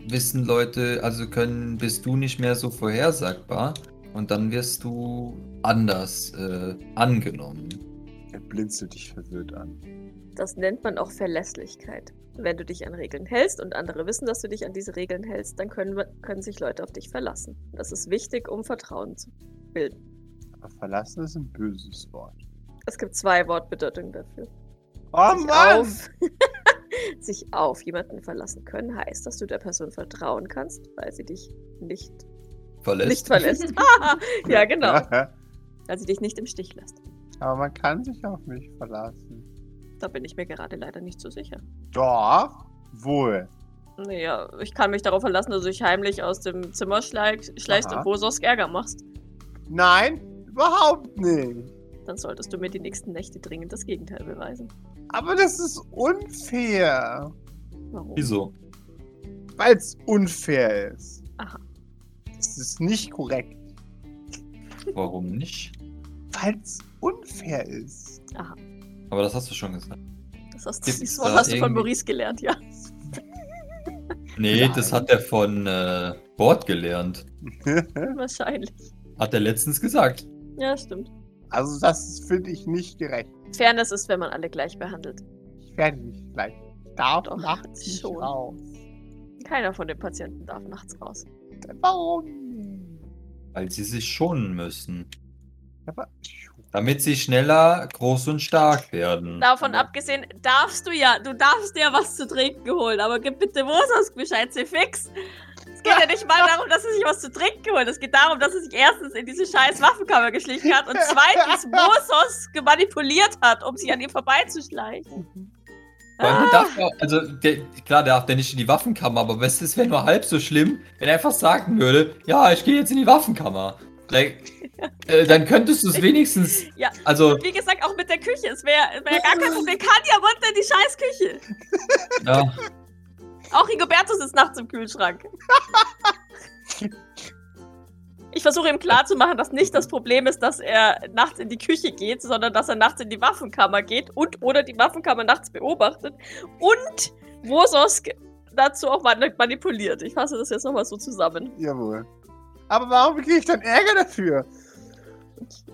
S4: wissen Leute, also können, bist du nicht mehr so vorhersagbar und dann wirst du anders äh, angenommen.
S2: Er blinzelt dich verwirrt an.
S3: Das nennt man auch Verlässlichkeit. Wenn du dich an Regeln hältst und andere wissen, dass du dich an diese Regeln hältst, dann können, wir- können sich Leute auf dich verlassen. Das ist wichtig, um Vertrauen zu bilden.
S2: Aber verlassen ist ein böses Wort.
S3: Es gibt zwei Wortbedeutungen dafür.
S2: Oh
S3: sich
S2: Mann!
S3: auf sich auf jemanden verlassen können heißt, dass du der Person vertrauen kannst, weil sie dich nicht,
S4: Verlässt.
S3: nicht verlässt. Ah, ja, genau.
S2: Ja,
S3: Weil sie dich nicht im Stich lässt.
S2: aber man kann sich auf mich verlassen.
S3: Da bin ich mir gerade leider nicht so sicher.
S2: Doch, wohl.
S3: Naja, ich kann mich darauf verlassen, dass du dich heimlich aus dem Zimmer schleich, schleichst
S2: Aha.
S3: und Bososk Ärger machst.
S2: Nein, überhaupt nicht.
S3: Dann solltest du mir die nächsten Nächte dringend das Gegenteil beweisen.
S2: Aber das ist unfair.
S3: Warum?
S4: Wieso?
S2: Weil es unfair ist.
S3: Aha.
S2: Es ist nicht korrekt.
S4: Warum nicht?
S2: Weil es unfair ist.
S4: Aber das hast du schon gesagt.
S3: Das hast,
S4: Gibt's
S3: dieses Wort
S4: da
S3: hast du von
S4: irgendwie-
S3: Maurice gelernt, ja.
S4: Nee,
S2: Nein.
S4: das hat er von äh, Bord gelernt.
S3: Wahrscheinlich.
S4: Hat er letztens gesagt.
S3: Ja, stimmt.
S2: also das finde ich nicht gerecht.
S3: Fairness ist, wenn man alle gleich behandelt.
S2: Ich werde nicht gleich. Ich darf
S3: Doch,
S2: nachts nicht
S3: schon.
S2: raus.
S3: Keiner von den Patienten darf nachts raus.
S2: Warum nicht?
S4: Weil sie sich schonen müssen.
S2: Aber
S4: Damit sie schneller groß und stark werden.
S3: Davon abgesehen, darfst du ja, du darfst dir ja was zu trinken holen, aber gib bitte Wursask Bescheid, sie fix. Es geht ja nicht mal darum, dass er sich was zu trinken holt. Es geht darum, dass er sich erstens in diese scheiß Waffenkammer geschlichen hat und zweitens Wursask gemanipuliert hat, um sich an ihm vorbeizuschleichen.
S4: Vor
S3: Ah!
S4: allem darf er, also der, klar, der darf der nicht in die Waffenkammer, aber was ist, wäre nur halb so schlimm, wenn er einfach sagen würde, ja, ich gehe jetzt in die Waffenkammer. Like, äh, dann könntest du es wenigstens.
S3: Ja.
S4: Also,
S3: Und wie gesagt, auch mit der Küche. Es wäre wär gar kein Problem. Katja runter in die scheiß Küche.
S4: ja,
S3: Auch Rigoberto sitzt nachts im Kühlschrank. Ich versuche ihm klarzumachen, dass nicht das Problem ist, dass er nachts in die Küche geht, sondern dass er nachts in die Waffenkammer geht und oder die Waffenkammer nachts beobachtet und Wososk dazu auch man- manipuliert. Ich fasse das jetzt nochmal so zusammen.
S2: Jawohl. Aber warum kriege ich dann Ärger dafür?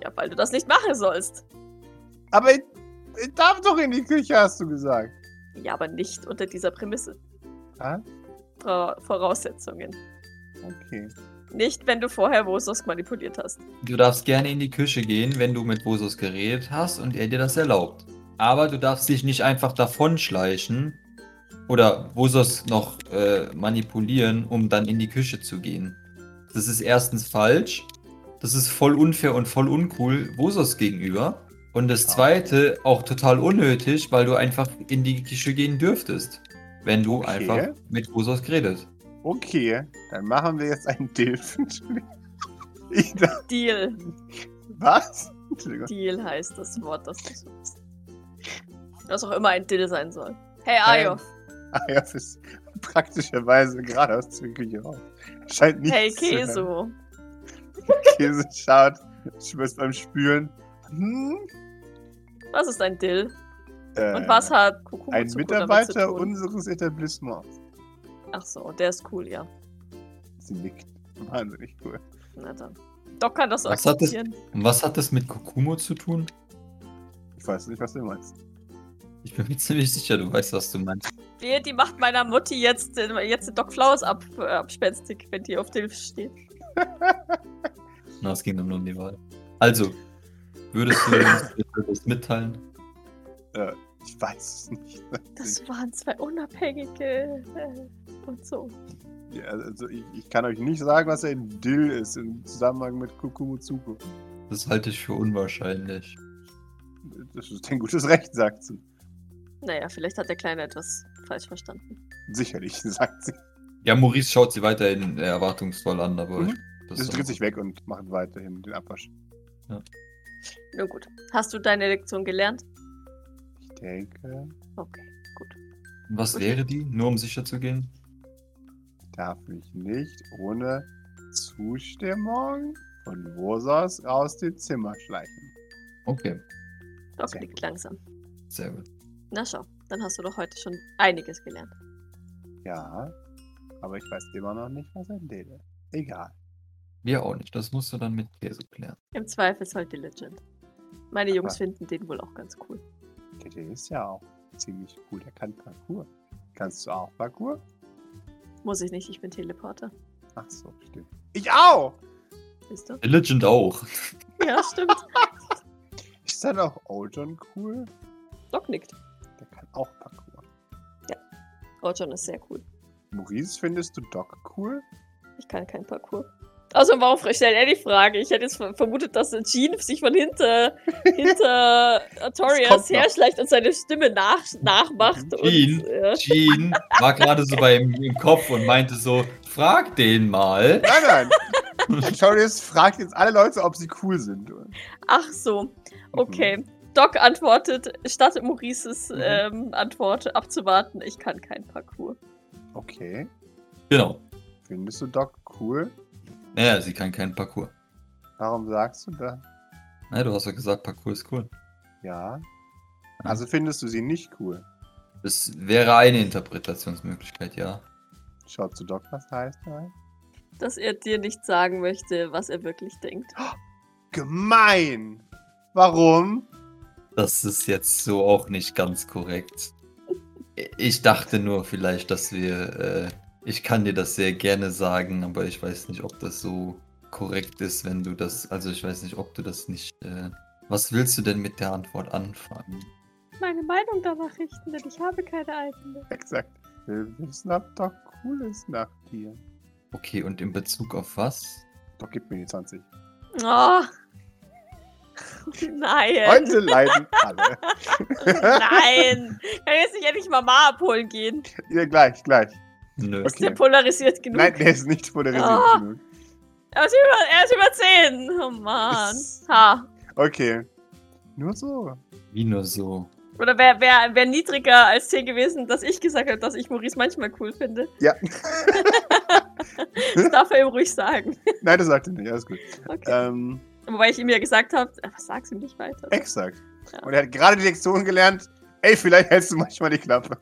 S3: Ja, weil du das nicht machen sollst.
S2: Aber ich, ich darf doch in die Küche, hast du gesagt.
S3: Ja, aber nicht unter dieser Prämisse.
S2: Was?
S3: Vora- Voraussetzungen.
S2: Okay.
S3: Nicht, wenn du vorher Wososk manipuliert hast.
S4: du darfst gerne in die Küche gehen, wenn du mit Bosus geredet hast und er dir das erlaubt. Aber du darfst dich nicht einfach davonschleichen oder Bosus noch äh, manipulieren, um dann in die Küche zu gehen. Das ist erstens falsch. Das ist voll unfair und voll uncool Bosus gegenüber. Und das zweite auch total unnötig, weil du einfach in die Küche gehen dürftest, wenn du
S2: Okay.
S4: einfach mit Bosus geredet.
S2: Okay, dann machen wir jetzt einen Dilfenschnitt. Ich dachte,
S3: Deal.
S2: was? Entschuldigung.
S3: Deal heißt das Wort, das du suchst. Was auch immer ein Dill sein soll. Hey,
S4: Hey.
S3: Ayof.
S2: Ah ja, ist praktischerweise gerade aus der Küche raus. Scheint nicht
S3: Hey, Keso.
S2: Käse schaut, schmeißt beim Spülen. Hm,
S3: Was ist ein Dill?
S2: Äh,
S3: Und was hat Kukumo
S2: Ein
S3: zu Kuda damit zu
S2: Mitarbeiter
S3: tun?
S2: unseres Etablissements.
S3: Ach so, der ist cool, ja.
S2: Sie nickt. Wahnsinnig cool.
S3: Na dann. Doc kann das
S4: Was hat das-
S3: akzeptieren.
S4: Und was hat das mit Kokumo zu tun?
S2: Ich weiß nicht, was du meinst.
S4: Ich bin mir ziemlich sicher, du weißt, was du meinst.
S3: Die, die macht meiner Mutti jetzt, den- jetzt den Doc Flowers ab, äh, abspenstig, wenn die auf Dilf steht.
S4: Na, es ging dann nur um die Wahl. Also, würdest du uns bitte das mitteilen?
S2: Ich weiß es nicht. Hm.
S3: Das waren zwei Unabhängige äh, und so.
S2: Ja, also ich, ich kann euch nicht sagen, was ein Dill ist im Zusammenhang mit Kukumutsuko.
S4: Das halte ich für unwahrscheinlich.
S2: Das ist ein gutes Recht, sagt sie.
S3: Naja, vielleicht hat der Kleine etwas falsch verstanden.
S2: Sicherlich, sagt sie.
S4: Ja, Maurice schaut sie weiterhin äh, erwartungsvoll an, aber
S2: Mhm.
S4: ich, das
S2: Sie
S4: ist
S2: dreht
S4: auch-
S2: sich weg und macht weiterhin den Abwasch.
S3: Nun gut. Hast du deine Lektion gelernt?
S2: Ich denke,
S3: Okay, gut.
S4: Was wäre die? Nur um sicher zu gehen?
S2: darf ich nicht ohne Zustimmung von Vosos aus dem Zimmer schleichen.
S4: Okay,
S3: Doc
S2: Sehr
S3: liegt
S2: gut.
S3: langsam.
S4: sehr gut.
S3: Na schau, dann hast du doch heute schon einiges gelernt.
S2: Ja, aber ich weiß immer noch nicht, was ein Dill ist. Egal.
S4: Wir auch nicht. Das musst du dann mit Käse klären.
S3: Im Zweifelsfall diligent. Meine Jungs
S2: Ah.
S3: finden den wohl auch ganz cool.
S2: Der Dill ist ja auch ziemlich gut. Er kann Parkour. Kannst du auch Parkour?
S3: Muss ich nicht, ich bin Teleporter.
S2: Ach so, stimmt. Ich auch!
S3: Siehst du?
S4: Legend auch.
S3: Ja, stimmt.
S2: Ist dann auch Oldon cool?
S3: Doc nickt.
S2: Der kann auch Parkour.
S3: Rojon ist sehr cool.
S2: Maurice, findest du Doc cool?
S3: Ich kann keinen Parcours. Außerdem, warum stellt er die Frage? Ich hätte jetzt ver- vermutet, dass Jean sich von hinter, hinter
S2: kommt
S3: Artorias
S2: noch.
S3: herschleicht und seine Stimme nach, nachmacht.
S4: Jean?
S3: Und, äh,
S4: Jean war gerade so bei ihm im Kopf und meinte so, frag den mal.
S2: Nein, nein! Artorius fragt jetzt alle Leute, ob sie cool sind.
S3: ach
S2: Mhm.
S3: so, okay. Doc antwortet, statt Maurices
S2: Mhm.
S3: ähm, Antwort abzuwarten, ich kann keinen Parcours.
S2: Mhm. Okay.
S4: Genau.
S2: Findest du Doc cool?
S4: Naja, sie kann keinen Parcours.
S2: Warum sagst du das?
S4: Na, du hast ja gesagt, Parcours ist cool.
S2: Ja. Also findest du sie nicht cool?
S4: Das wäre eine Interpretationsmöglichkeit, ja.
S2: Schaut zu Doc, was heißt das?
S3: Dass er dir nicht sagen möchte, was er wirklich denkt.
S2: Gemein! Warum?
S4: Das ist jetzt so auch nicht ganz korrekt. Ich dachte nur vielleicht, dass wir. Äh, ich kann dir das sehr gerne sagen, aber ich weiß nicht, ob das so korrekt ist, wenn du das. Also ich weiß nicht, ob du das nicht. Äh, was willst du denn mit der Antwort anfangen?
S3: Meine Meinung danach richten, denn ich habe keine eigene.
S2: Exakt. Wir wissen, ob Doc cool ist nach dir.
S4: Okay, und in Bezug auf was?
S2: Doc, gib mir die 20.
S3: Oh. Nein.
S2: Heute leiden alle.
S3: Nein! Kann jetzt nicht endlich Mama abholen gehen?
S2: ja, gleich, gleich.
S4: Nö.
S3: Ist der
S2: Okay.
S3: polarisiert genug?
S2: Nein, der ist nicht polarisiert
S3: Ah.
S2: genug.
S3: Er, ist über, er ist über 10. Oh Mann. Ha.
S2: Okay. Nur so.
S4: Wie nur so.
S3: Oder wäre wär, wär niedriger als 10 gewesen, dass ich gesagt habe, dass ich Maurice manchmal cool finde.
S2: Ja.
S3: Das darf er ihm ruhig sagen.
S2: Nein, das sagt er nicht. Alles gut.
S3: Okay.
S2: Ähm,
S3: Wobei ich ihm ja gesagt habe, was sagst du nicht weiter?
S2: exakt.
S3: Ja.
S2: Und er hat gerade die Lektion gelernt. Ey, vielleicht hältst du manchmal die Klappe.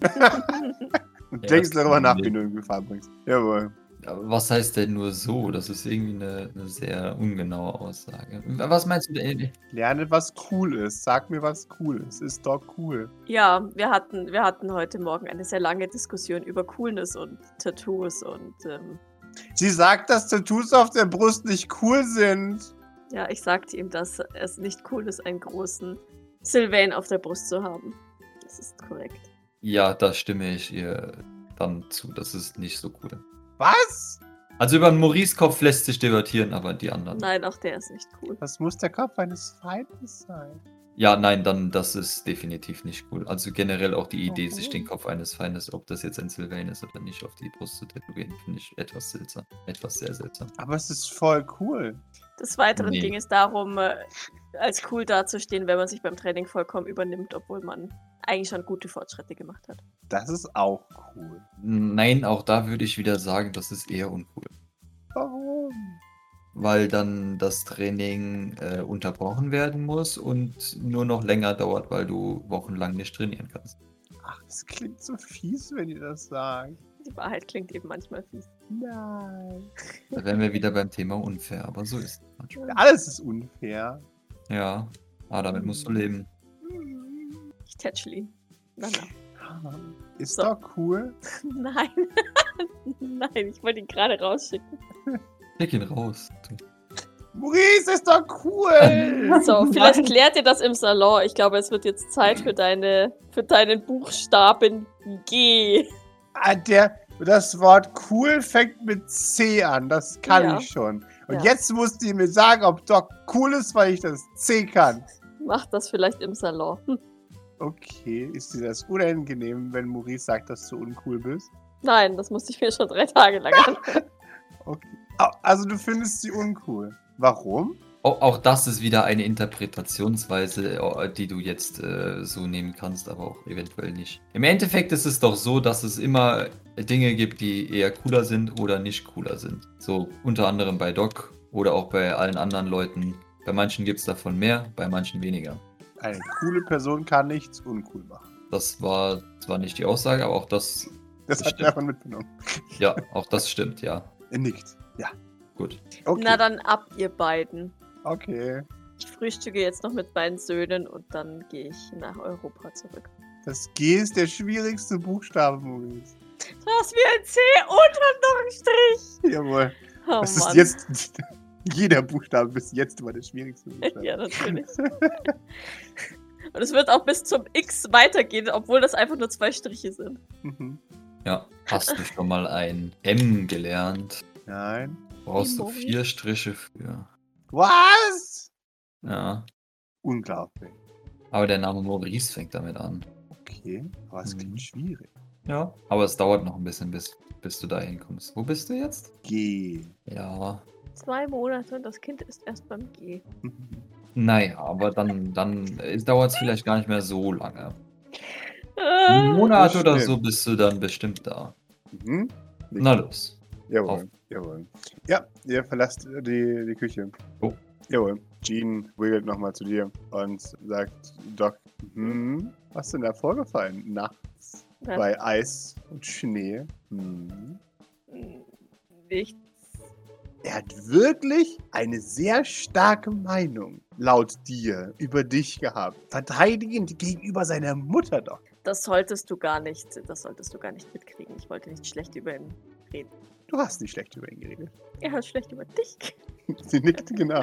S2: Und
S4: Ja,
S2: denkst
S4: das
S2: darüber
S4: kann
S2: nach,
S4: man
S2: wie du in Gefahr bringst. Jawohl.
S4: Aber was heißt denn nur so? Das ist irgendwie eine, eine sehr ungenaue Aussage. Äh, Was meinst du denn?
S2: Lerne, was cool ist. Sag mir, was cool ist. Ist Doc cool?
S3: Ja, wir hatten, wir hatten heute Morgen eine sehr lange Diskussion über Coolness und Tattoos und ähm,
S2: Sie sagt, dass Tattoos auf der Brust nicht cool sind.
S3: Ja, ich sagte ihm, dass es nicht cool ist, einen großen Sylvain auf der Brust zu haben. Das ist korrekt.
S4: Ja, da stimme ich ihr dann zu. Das ist nicht so cool.
S2: Was?
S4: Also über den Maurice-Kopf lässt sich debattieren, aber die anderen.
S3: Nein, auch der ist nicht cool.
S2: Das muss der Kopf eines Feindes sein.
S4: Ja, nein, dann das ist definitiv nicht cool. Also generell auch die Idee, sich
S2: Okay.
S4: den Kopf eines Feindes, ob das jetzt ein Sylvain ist oder nicht, auf die Brust zu tätowieren, finde ich etwas seltsam. Etwas sehr seltsam.
S2: Aber es ist voll cool.
S3: Des Weiteren
S4: Nee.
S3: ging es darum, äh, als cool dazustehen, wenn man sich beim Training vollkommen übernimmt, obwohl man eigentlich schon gute Fortschritte gemacht hat.
S2: Das ist auch cool.
S4: Nein, auch da würde ich wieder sagen, das ist eher uncool.
S2: Warum?
S4: weil dann das Training äh, unterbrochen werden muss und nur noch länger dauert, weil du wochenlang nicht trainieren kannst.
S2: Ach, das klingt so fies, wenn ihr das sagt.
S3: Die Wahrheit klingt eben manchmal fies.
S2: Nein.
S4: Da wären wir wieder beim Thema unfair, aber so ist es manchmal.
S2: Alles ist unfair.
S4: Ja, aber damit musst du leben.
S3: Ich tätschel ihn. Nein,
S2: Ist
S3: So.
S2: doch cool.
S3: nein. Nein, nein, ich wollte ihn gerade rausschicken.
S4: Schick ihn raus.
S2: Maurice, ist doch cool.
S3: So, vielleicht klärt ihr das im Salon. Ich glaube, es wird jetzt Zeit für deine für deinen Buchstaben G.
S2: Ah, Der, das Wort cool fängt mit C an. Das kann
S3: Ja.
S2: ich schon. Und
S3: Ja.
S2: jetzt musst ihr mir sagen, ob Doc cool ist, weil ich das C kann.
S3: Mach das vielleicht im Salon. Hm.
S2: Okay, ist dir das unangenehm, wenn Maurice sagt, dass du uncool bist?
S3: Nein, das musste ich mir schon drei Tage lang an.
S2: Okay. Au- Also du findest sie uncool. Warum?
S4: Au- Auch das ist wieder eine Interpretationsweise, äh, die du jetzt äh, so nehmen kannst, aber auch eventuell nicht. Im Endeffekt ist es doch so, dass es immer Dinge gibt, die eher cooler sind oder nicht cooler sind. So unter anderem bei Doc oder auch bei allen anderen Leuten. Bei manchen gibt es davon mehr, bei manchen weniger.
S2: Eine coole Person kann nichts uncool machen.
S4: Das war zwar nicht die Aussage, aber auch das,
S2: Das
S4: Das
S2: hat
S4: stimmt.
S2: man mitgenommen.
S4: ja, auch das stimmt, ja.
S2: Er nickt. Ja.
S4: Gut.
S2: Okay.
S3: Na dann ab, ihr beiden.
S2: okay.
S3: Ich frühstücke jetzt noch mit meinen Söhnen und dann gehe ich nach Europa zurück.
S2: Das G ist der schwierigste Buchstabe, Maurice.
S3: Du hast mir ein C und hat noch einen Strich.
S2: Jawohl.
S3: Oh
S2: das
S3: Mann.
S2: ist jetzt. Jeder Buchstabe bis jetzt war der schwierigste Buchstabe.
S3: Ja, natürlich. Und es wird auch bis zum X weitergehen, obwohl das einfach nur zwei Striche sind.
S2: Mhm.
S4: Ja. Hast du schon mal ein M gelernt?
S2: Nein.
S4: Brauchst du
S3: Emoji.
S4: vier Striche für.
S2: Was?
S4: Ja.
S2: Unglaublich.
S4: Aber der Name Maurice fängt damit an.
S2: Okay. Aber es
S4: Mhm.
S2: klingt schwierig.
S4: Ja. Aber es dauert noch ein bisschen, bis, bis du da hinkommst. Wo bist du jetzt?
S2: G.
S4: Ja.
S3: Zwei Monate und das Kind ist erst beim G.
S2: Mhm.
S4: Naja, aber dann, dann dauert es vielleicht gar nicht mehr so lange.
S3: Äh,
S4: Einen Monat
S2: Ah, das
S4: oder
S2: stimmt.
S4: so bist du dann bestimmt da.
S2: Mhm.
S4: Na los.
S2: Jawohl,
S4: Auf.
S2: jawohl. Ja, ihr verlasst die, die Küche.
S4: Oh.
S2: Jawohl. Jean wiggelt nochmal zu dir und sagt, Doc, hm, was ist denn da vorgefallen? Nachts
S3: Was?
S2: bei Eis und Schnee. Hm.
S3: Nichts.
S2: Er hat wirklich eine sehr starke Meinung, laut dir, über dich gehabt. Verteidigend gegenüber seiner Mutter doch.
S3: Das solltest du gar nicht. Das solltest du gar nicht mitkriegen. Ich wollte nicht schlecht über ihn.
S2: Du hast nicht schlecht über ihn geredet.
S3: Er hat schlecht über dich. geredet.
S2: Sie nickte genau.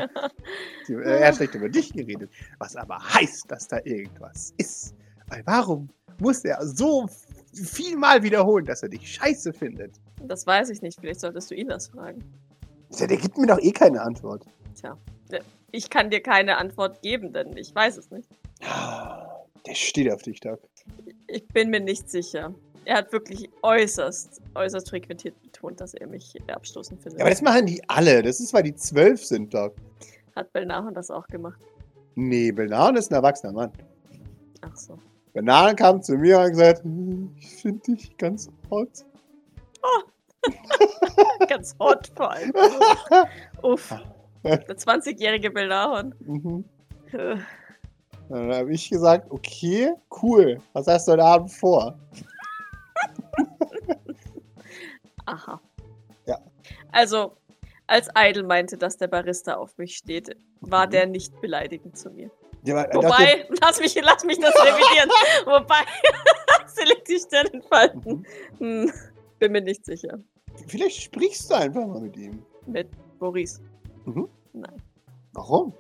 S2: Sie, äh, er hat schlecht über dich geredet. Was aber heißt, dass da irgendwas ist. Weil warum muss er so viel mal wiederholen, dass er dich scheiße findet?
S3: Das weiß ich nicht. Vielleicht solltest du ihn das fragen.
S2: Ja, der gibt mir doch eh keine Antwort.
S3: Ich kann dir keine Antwort geben, denn ich weiß es nicht.
S2: Ah, Der steht auf dich, Doc.
S3: Ich bin mir nicht sicher. Er hat wirklich äußerst, äußerst frequentiert betont, dass er mich abstoßend findet.
S2: Ja, aber das machen die alle. Das ist, weil die zwölf sind, Doc.
S3: Hat Belnahon das auch gemacht?
S2: Nee, Benan ist ein erwachsener Mann.
S3: Ach so.
S2: Benan kam zu mir und hat gesagt, "Hm, ich finde dich ganz hot.
S3: Ganz hot vor allem. Uff. Der 20-jährige Belnahon.
S2: mhm. Dann habe ich gesagt, okay, cool. Was hast du heute Abend vor?
S3: Aha.
S2: Ja.
S3: Also, als Idol meinte, dass der Barista auf mich steht, war
S2: Mhm.
S3: der nicht beleidigend zu mir.
S2: Ja, aber,
S3: Wobei, lass mich, lass mich das revidieren. Wobei, selekt die Stirn entfalten. Hm, bin mir nicht sicher.
S2: mhm. Vielleicht sprichst du einfach mal mit ihm.
S3: Mit Maurice.
S2: Warum?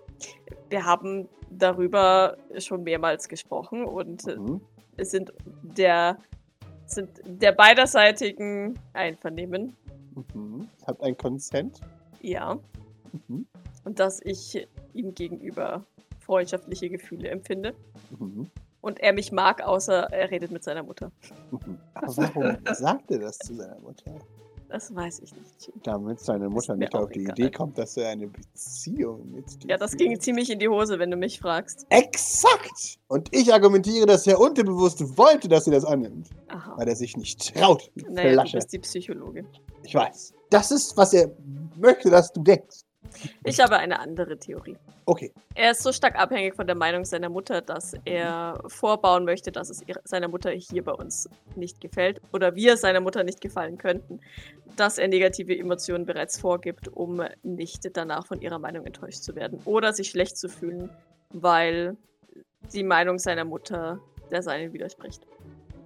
S3: Wir haben darüber schon mehrmals gesprochen und äh,
S2: Mhm.
S3: es sind der, sind der beiderseitigen Einvernehmen
S2: Mhm. Habt ein Consent.
S3: Ja.
S2: Mhm.
S3: Und dass ich ihm gegenüber freundschaftliche Gefühle empfinde.
S2: Mhm.
S3: Und er mich mag, außer er redet mit seiner Mutter.
S2: Mhm. Aber warum sagt er das zu seiner Mutter?
S3: Das weiß ich nicht.
S2: Damit seine Mutter
S3: mir
S2: nicht auf
S3: auch
S2: die
S3: egal.
S2: Idee kommt, dass er eine Beziehung mit dir
S3: Ja, das
S2: führt.
S3: ging ziemlich in die Hose, wenn du mich fragst.
S2: Exakt! Und ich argumentiere, dass er unterbewusst wollte, dass sie das annimmt,
S3: Aha.
S2: weil er sich nicht traut. die
S3: Naja, du
S2: Flasche.
S3: bist die Psychologin.
S2: Ich weiß. Das ist, was er möchte, dass du denkst.
S3: Ich habe eine andere Theorie.
S2: Okay.
S3: Er ist so stark abhängig von der Meinung seiner Mutter, dass er vorbauen möchte, dass es ihrer- seiner Mutter hier bei uns nicht gefällt oder wir seiner Mutter nicht gefallen könnten, dass er negative Emotionen bereits vorgibt, um nicht danach von ihrer Meinung enttäuscht zu werden oder sich schlecht zu fühlen, weil die Meinung seiner Mutter der seinen widerspricht.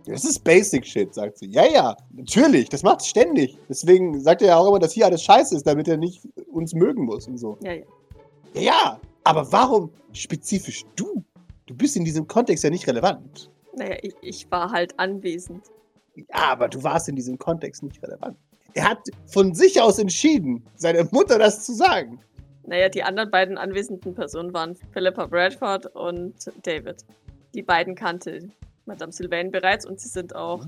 S2: Das ist Basic Shit, sagt sie. Ja, ja, natürlich, das macht's ständig. Deswegen sagt er ja auch immer, dass hier alles scheiße ist, damit er nicht uns mögen muss und so.
S3: Ja, ja.
S2: Ja, ja, aber warum spezifisch du? Du bist in diesem Kontext ja nicht relevant.
S3: Naja, ich, ich war halt anwesend.
S2: Ja, aber du warst in diesem Kontext nicht relevant. Er hat von sich aus entschieden, seiner Mutter das zu sagen.
S3: Naja, die anderen beiden anwesenden Personen waren Philippa Bradford und David. Die beiden kannte Madame Sylvain bereits und sie sind auch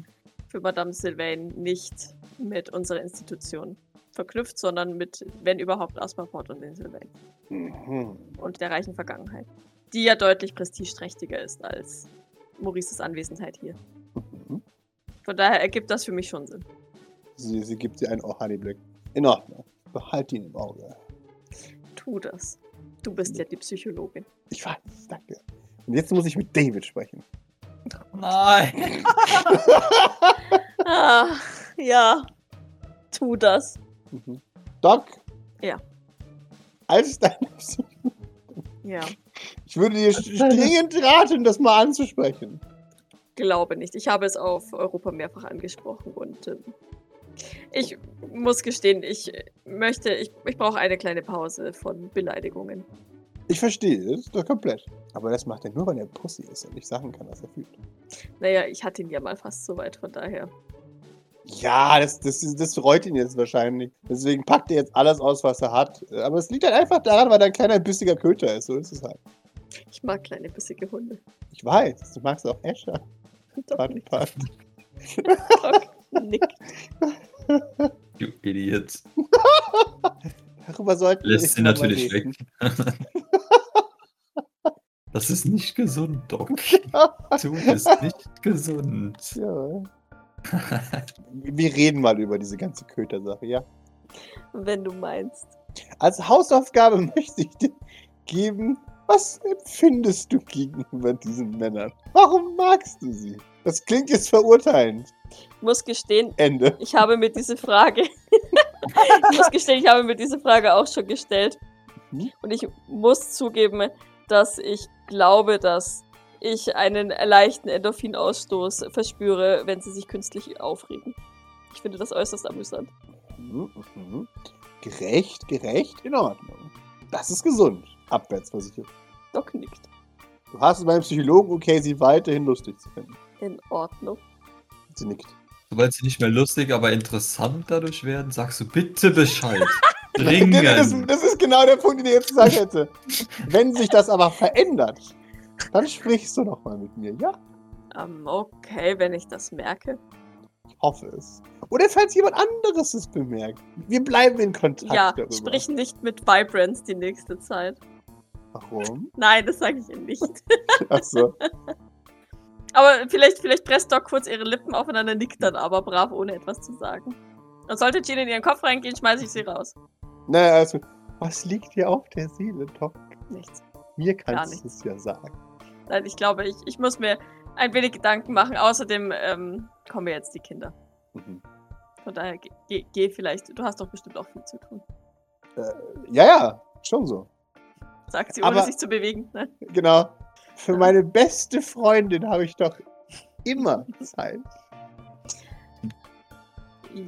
S3: für Madame Sylvain nicht mit unserer Institution verknüpft, sondern mit, wenn überhaupt, Asperport und den Sylvain
S2: Mhm.
S3: und der reichen Vergangenheit, die ja deutlich prestigeträchtiger ist als Maurices Anwesenheit hier.
S2: Mhm.
S3: Von daher ergibt das für mich schon Sinn.
S2: Sie, sie gibt dir einen Ohani-Blick. In Ordnung. Behalt ihn im Auge.
S3: Tu das. Du bist ja die Psychologin.
S2: Ich weiß, danke. Und jetzt muss ich mit David sprechen.
S4: Nein!
S3: Ah, ja. Tu das.
S2: Mhm. Doc?
S3: Ja.
S2: Als deine Psy-
S3: Ja.
S2: Ich würde dir st- dringend raten, das mal anzusprechen.
S3: glaube nicht. Ich habe es auf Europa mehrfach angesprochen und ähm, ich muss gestehen, ich äh, möchte, ich, ich brauche eine kleine Pause von Beleidigungen.
S2: Ich verstehe es doch komplett. Aber das macht er nur, weil er Pussy ist und nicht sagen kann, was er fühlt.
S3: Naja, ich hatte ihn ja mal fast so weit, von daher.
S2: Ja, das, das, ist- das reut ihn jetzt wahrscheinlich. Deswegen packt er jetzt alles aus, was er hat. Aber es liegt halt einfach daran, weil er ein kleiner, bissiger Köter ist. So ist es halt.
S3: Ich mag kleine, bissige Hunde.
S2: Ich weiß, du magst auch Escher.
S3: Doch
S2: Pardon,
S3: nicht.
S2: pardon.
S3: Nick.
S4: Du Idiot.
S2: Darüber sollten wir
S4: Lässt
S2: nicht
S4: sie
S2: nochmal
S4: natürlich
S2: reden.
S4: weg. Das ist nicht gesund, Doc. Du bist nicht gesund.
S2: Ja. wir reden mal über diese ganze Köter-Sache, ja.
S3: Wenn du meinst.
S2: Als Hausaufgabe möchte ich dir geben, was empfindest du gegenüber diesen Männern? Warum magst du sie? Das klingt jetzt verurteilend.
S3: Ich muss gestehen,
S2: Ende.
S3: ich habe mir diese Frage. ich muss gestehen, ich habe mir diese Frage auch schon gestellt.
S2: Mhm.
S3: Und ich muss zugeben, dass ich glaube, dass ich einen leichten Endorphinausstoß verspüre, wenn sie sich künstlich aufregen. Ich finde das äußerst amüsant.
S2: Mhm, mhm. Gerecht, gerecht, in Ordnung. Das ist gesund. Abwärtsversichert.
S3: Doc nickt.
S2: Du hast es beim Psychologen okay, sie weiterhin lustig zu finden.
S3: In Ordnung.
S2: Sie nickt.
S4: Sobald sie nicht mehr lustig, aber interessant dadurch werden, sagst du bitte Bescheid.
S2: Das,
S4: Dringend.
S2: das ist genau der Punkt, den ich jetzt gesagt hätte. Wenn sich das aber verändert, dann sprichst du nochmal mit mir, ja?
S3: Ähm, okay, wenn ich das merke.
S2: Ich hoffe es. Oder falls jemand anderes es bemerkt. Wir bleiben in Kontakt.
S3: ja,
S2: darüber.
S3: sprich nicht mit Vibrance die nächste Zeit.
S2: Warum?
S3: Nein, das sage ich Ihnen nicht.
S2: Achso.
S3: Aber vielleicht, vielleicht presst Doc kurz ihre Lippen aufeinander, nickt dann aber brav, ohne etwas zu sagen. Und sollte Jean in ihren Kopf reingehen, schmeiße ich sie raus.
S2: naja, also, was liegt dir auf der Seele, Doc?
S3: Nichts.
S2: Mir
S3: Gar
S2: kannst du
S3: nichts.
S2: es ja sagen.
S3: Nein, ich glaube, ich, ich muss mir ein wenig Gedanken machen. Außerdem ähm, kommen ja jetzt die Kinder.
S2: Mhm.
S3: Von daher geh, geh, geh vielleicht. Du hast doch bestimmt auch viel zu tun.
S2: Ja, ja, schon so.
S3: Sagt sie, ohne
S2: Aber-
S3: sich zu bewegen. Ne?
S2: Genau. Für meine beste Freundin habe ich doch immer Zeit.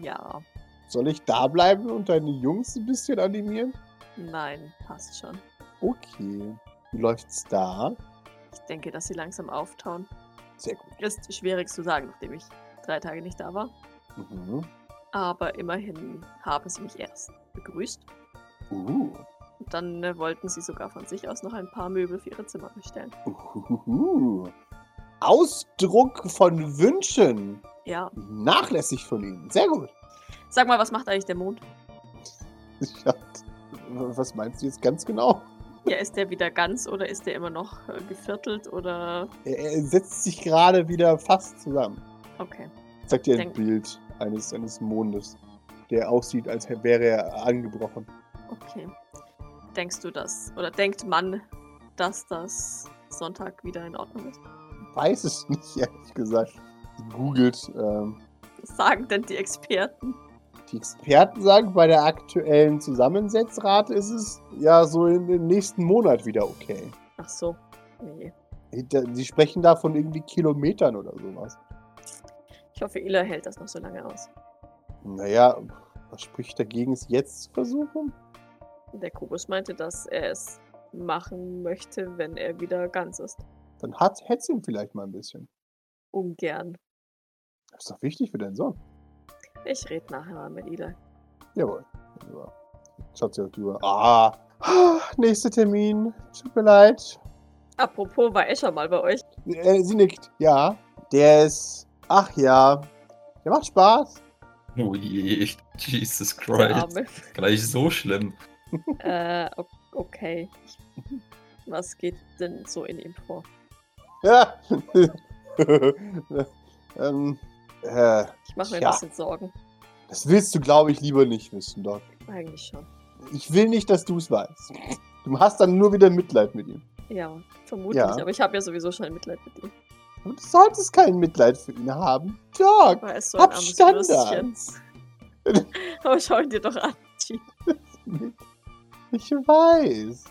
S3: Ja,
S2: Soll ich da bleiben und deine Jungs ein bisschen animieren?
S3: nein, passt schon.
S2: Okay. Wie läuft's da?
S3: Ich denke, dass sie langsam auftauen.
S2: Sehr gut.
S3: Ist schwierig zu sagen, nachdem ich drei Tage nicht da war.
S2: Mhm.
S3: Aber immerhin haben sie mich erst begrüßt.
S2: Uh.
S3: Und dann äh, wollten sie sogar von sich aus noch ein paar Möbel für ihre Zimmer bestellen.
S2: Uhuhu. Ausdruck von Wünschen.
S3: Ja.
S2: Nachlässig von Ihnen. Sehr gut.
S3: Sag mal, was macht eigentlich der Mond?
S2: Ich hab, was meinst du jetzt ganz genau?
S3: Ja, ist der wieder ganz oder ist der immer noch äh, geviertelt oder.
S2: Er, er setzt sich gerade wieder fast zusammen.
S3: Okay.
S2: Zeigt dir ein
S3: Denk-
S2: Bild eines, eines Mondes, der aussieht, als wäre er angebrochen.
S3: Okay. denkst du das? Oder denkt man, dass das Sonntag wieder in Ordnung ist?
S2: Weiß es nicht, ehrlich gesagt. Sie Googelt. Ähm,
S3: Was sagen denn die Experten?
S2: die Experten sagen, bei der aktuellen Zusammensetzrate ist es ja so in den nächsten Monat wieder okay.
S3: Ach so. Nee.
S2: Sie sprechen da von irgendwie Kilometern oder sowas.
S3: Ich hoffe, Ila hält das noch so lange aus.
S2: Naja, was spricht dagegen, es jetzt zu versuchen?
S3: Der Kubus meinte, dass er es machen möchte, wenn er wieder ganz ist.
S2: Dann hat es ihn vielleicht mal ein bisschen.
S3: Ungern.
S2: Das ist doch wichtig für deinen Sohn.
S3: Ich rede nachher mal mit Ila.
S2: Jawohl. Ja. Schaut sie auf die Uhr. Ah, Ah, nächster Termin. Tut mir leid.
S3: Apropos, war ich schon mal bei euch.
S2: Äh, sie nickt. Ja, der ist. Ach ja. Der macht Spaß.
S4: Oh je, Jesus
S3: Der
S4: Christ.
S3: Arme.
S4: Gleich so schlimm.
S3: äh, o- okay. Was geht denn so in ihm vor?
S2: Ja. ähm, äh,
S3: Ich mache mir
S2: Tja.
S3: ein bisschen Sorgen.
S2: das willst du, glaube ich, lieber nicht wissen, Doc.
S3: Eigentlich schon.
S2: Ich will nicht, dass du es weißt. Du hast dann nur wieder Mitleid mit ihm.
S3: Ja, vermutlich.
S2: Ja.
S3: Aber ich habe ja sowieso schon Mitleid mit ihm.
S2: Und du solltest kein Mitleid für ihn haben. Doc,
S3: Weil er ist so ein
S2: Ah, hab
S3: armes
S2: Standards.
S3: Würstchen. Aber schau ihn dir doch an. Chi.
S2: Ich weiß.